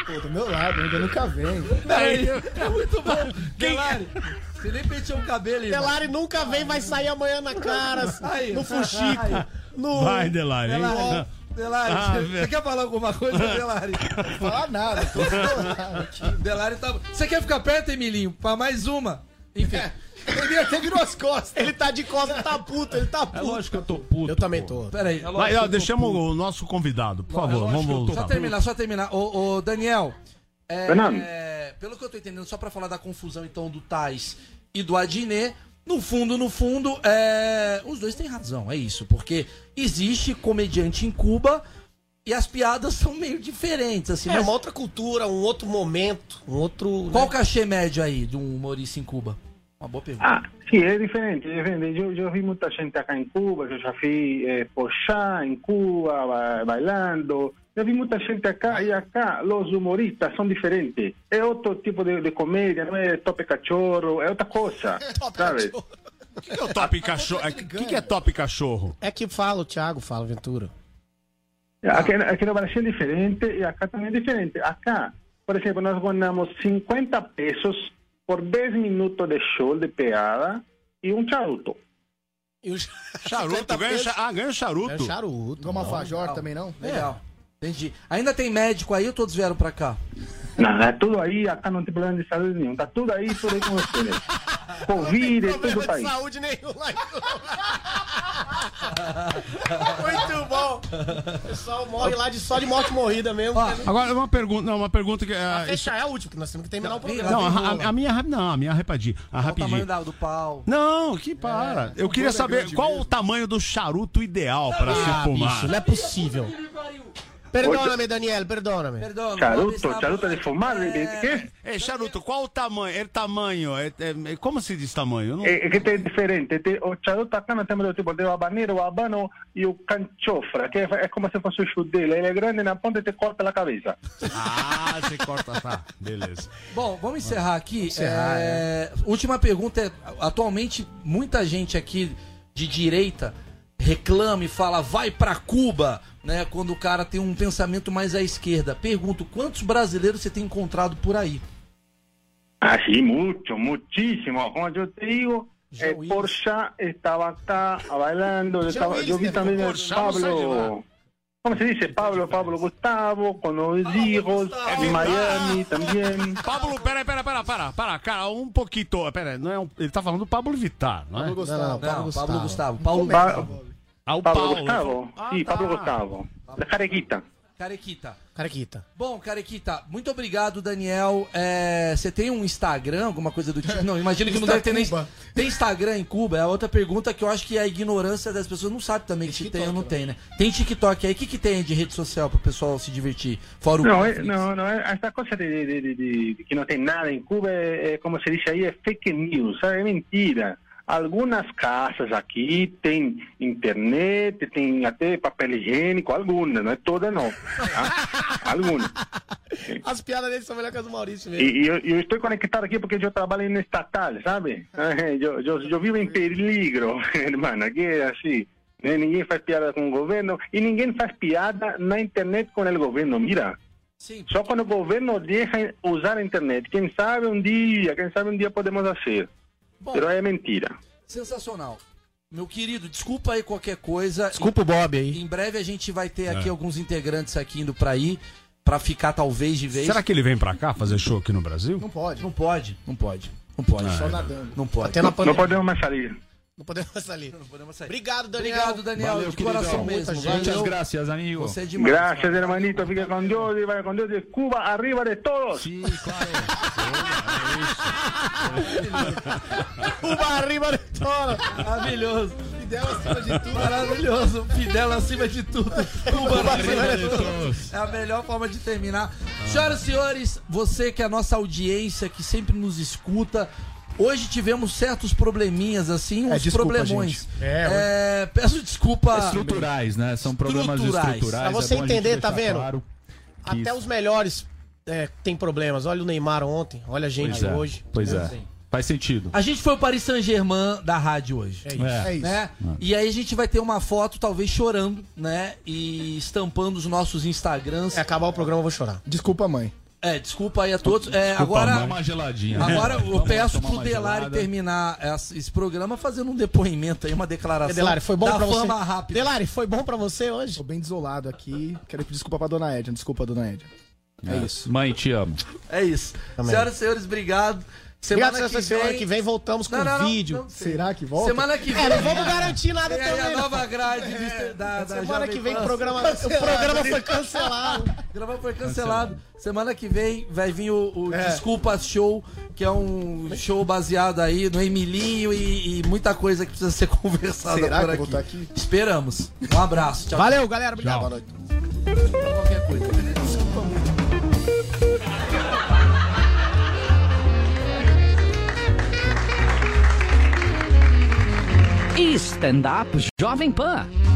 Pô, do meu lado ainda, nunca vem. peraí, é muito bom. Delari, você nem penteou o cabelo, irmão. Delari nunca vem, vai sair amanhã na cara, assim. Aí. no fuxico. No... Vai, Delari. hein? Delari, Delari, Ah, você- você velho. quer falar alguma coisa, Delari? Não falar nada, tô estourado aqui. Delari tá... Você quer ficar perto, Emilinho? Pra mais uma. Enfim. Ele até virou as costas. Ele tá de costas, ele tá puto, ele tá puto. É lógico que eu tô puto. Eu também tô. Peraí, Vai, ó, deixamos o nosso convidado, por favor. Vamos Só voltar. terminar, só terminar. Ô, ô, Daniel. é, Fernando. é, pelo que eu tô entendendo, só pra falar da confusão então do Tais e do Adnet, no fundo, no fundo, é, os dois têm razão, é isso. Porque existe comediante em Cuba e as piadas são meio diferentes, assim. É mas uma outra cultura, um outro momento, um outro. qual o né? cachê médio aí de um humorista em Cuba? Uma boa pergunta. Ah, sí, es diferente, es diferente. Yo, yo vi mucha gente acá en Cuba, yo ya fui eh, por allá, en Cuba, ba- bailando. Yo vi mucha gente acá y acá los humoristas son diferentes. Es otro tipo de, de comedia, no es tope cachorro, es otra cosa, ¿sabes? O que, que é o top tá cachorro? O que, que é top cachorro? É que fala, o Thiago fala, Ventura. Aquí, aquí en Brasil es diferente y acá también es diferente. Acá, por ejemplo, nos ganamos 50 pesos por 10 minutos de show de peada y un charuto. E o Charuto, ganha, cha- ah, ganha o É charuto. charuto. Igual uma não. fajor também, não? é. Legal. Entendi. Ainda tem médico aí ou todos vieram pra cá? Nada, todo ahí, acá no hay problema de salud ninguno, está todo ahí, todo ahí con ustedes. Covid, todo está problema de ahí. saúde nenhum lá em Muito bom. O pessoal morre lá de só de morte morrida mesmo. Ó, Agora, uma pergunta, não, uma pergunta que. Pra ah, isso- fechar é a última, que nós temos que terminar o programa. não, a, a- a minha rap- não, a minha rapadinha. A Qual o tamanho rapidinha. da- do pau? Não, que para. Eu queria bolo é saber grande qual mesmo. o tamanho do charuto ideal para se Ah, fumar. bicho, não é possível. Perdóname, Daniel, perdóname. Charuto, charuto é de fumar? ¿Qué? É, charuto, qual o tamanho? É tamanho, é, é- é- como se diz tamanho? Eu não- É, é que tem diferente. Tem, o charuto acá nós temos do tipo de habanero, o habano e o canchofra, que é, é como se fosse o chudelo. Ele é grande na ponta e te corta a cabeça. Ah, você corta, tá. Beleza. Bom, vamos encerrar aqui. encerrar, É, Última pergunta é: atualmente, muita gente aqui de direita reclama e fala vai pra Cuba, né? Quando o cara tem um pensamento mais à esquerda. Pergunto, quantos brasileiros você tem encontrado por aí? Así Ah, mucho, muchísimo. Como yo te digo, eh, Porsche estaba acá bailando. Yo, Ya estaba- yo vi viste, también a Porsche, vamos a llevar. Pablo. ¿Cómo se dice? Pablo, Pablo Gustavo, con los hijos, en Miami también. Pablo, peraí, peraí, peraí, para, para, cara, um pouquinho. Peraí, não é um, ele tá falando do Pablo Vittar, não é? Pablo Gustavo, Não, não, Pablo Não, Pablo Gustavo. Gustavo, Paulo Paulo Gustavo. Ah, o Pablo Paulo. Gustavo. sí, Pablo Gustavo. La carequita. Carequita. Carequita. Bom, Carequita, muito obrigado, Daniel. É, Você tem um Instagram, alguma coisa do tipo? Não, imagino que não Insta deve ter nem. Cuba. Tem Instagram em Cuba? É outra pergunta que eu acho que a ignorância das pessoas não sabe também que tem ou não tem, né? Tem TikTok aí. O que, que tem de rede social pro pessoal se divertir? Fora o No, eh, Netflix? no, no, eh, esta cosa de, de- de- de- de- de que no tiene nada en Cuba, eh, eh, como se dice ahí, es fake news, ¿sabes? Es mentira. Algunas casas aquí tienen internet, tienen até papel higiénico, algunas, no es todas, no. ¿ah? Algunas. As piadas dele são melhor que as do Maurício mesmo. Y, y yo, yo estoy conectado aquí porque yo trabajo en estatal, ¿sabes? Eh, Yo, yo, yo vivo en peligro, hermana, que es así. Eh, Nadie hace piada con el gobierno y nadie hace piada en la internet con el gobierno, mira. Só quando o governo deixa usar a internet. Quem sabe um dia, quem sabe um dia podemos fazer. Bom. Pero é mentira. Sensacional. Meu querido, desculpa aí qualquer coisa. Desculpa o Bob aí. Em breve a gente vai ter aqui É. alguns integrantes aqui indo pra aí, pra ficar talvez de vez. Será que ele vem pra cá fazer show aqui no Brasil? Não pode. Não pode, não pode. Não pode. Ah, Só é. nadando. Não Tá pode. Até na Não podemos mais sair. Não podemos sair. Não podemos sair. Obrigado, Daniel. Obrigado, Daniel. Valeu, de coração queridão. Muita mesmo. valeu. gente. Muitas gracias, amigo. Você é demais. Gracias, hermanito. Fica com Deus e vai com Deus. De Cuba, arriba de todos. Sim, Cuba arriba de todos. Maravilhoso. Fidel acima de tudo. Maravilhoso. Fidel acima de tudo. Cuba acima de tudo. É a melhor forma de terminar. Senhoras e senhores, você que é a nossa audiência, que sempre nos escuta. Hoje tivemos certos probleminhas, assim, uns É, desculpa, problemões. gente. É, É, peço desculpa. Estruturais, né? São problemas Estruturais. estruturais. Pra é você bom a gente entender, tá deixar vendo? claro que Até isso- os melhores é, tem problemas. Olha o Neymar ontem, olha a gente Pois é, hoje. Pois Né? é. Faz sentido. A gente foi o Paris Saint-Germain da rádio hoje. É isso. É. É isso. Né? E aí a gente vai ter uma foto, talvez chorando, né? E estampando os nossos Instagrams. É acabar o programa, eu vou chorar. Desculpa, mãe. É, desculpa aí a todos. É, Desculpa, agora, mãe. Uma geladinha. Agora É, eu vamos peço tomar pro uma Delari gelada. terminar essa- esse programa fazendo um depoimento aí, uma declaração. Delari, foi bom da pra você? fama rápida. Delari, foi bom pra você hoje? Tô bem desolado aqui. Quero pedir desculpa pra dona Edna. Desculpa, dona Edna. É isso. Mãe, te amo. É isso. Também. Senhoras e senhores, obrigado. Obrigado, senhora. Semana que vem voltamos com vídeo. Será que volta? Semana que vem. É, não vamos garantir nada Tem aí também, a né? nova grade do- da, da Semana Jovem que vem Pan. o programa- o programa foi cancelado. O programa foi cancelado. Semana que vem vai vir o, o Desculpa Show, que é um show baseado aí no Emilinho e, e muita coisa que precisa ser conversada Será que por eu aqui. vou estar aqui? Esperamos. Um abraço. Tchau. Valeu, galera. Obrigado. Boa noite. Qualquer coisa. Desculpa muito. Stand-up Jovem Pan.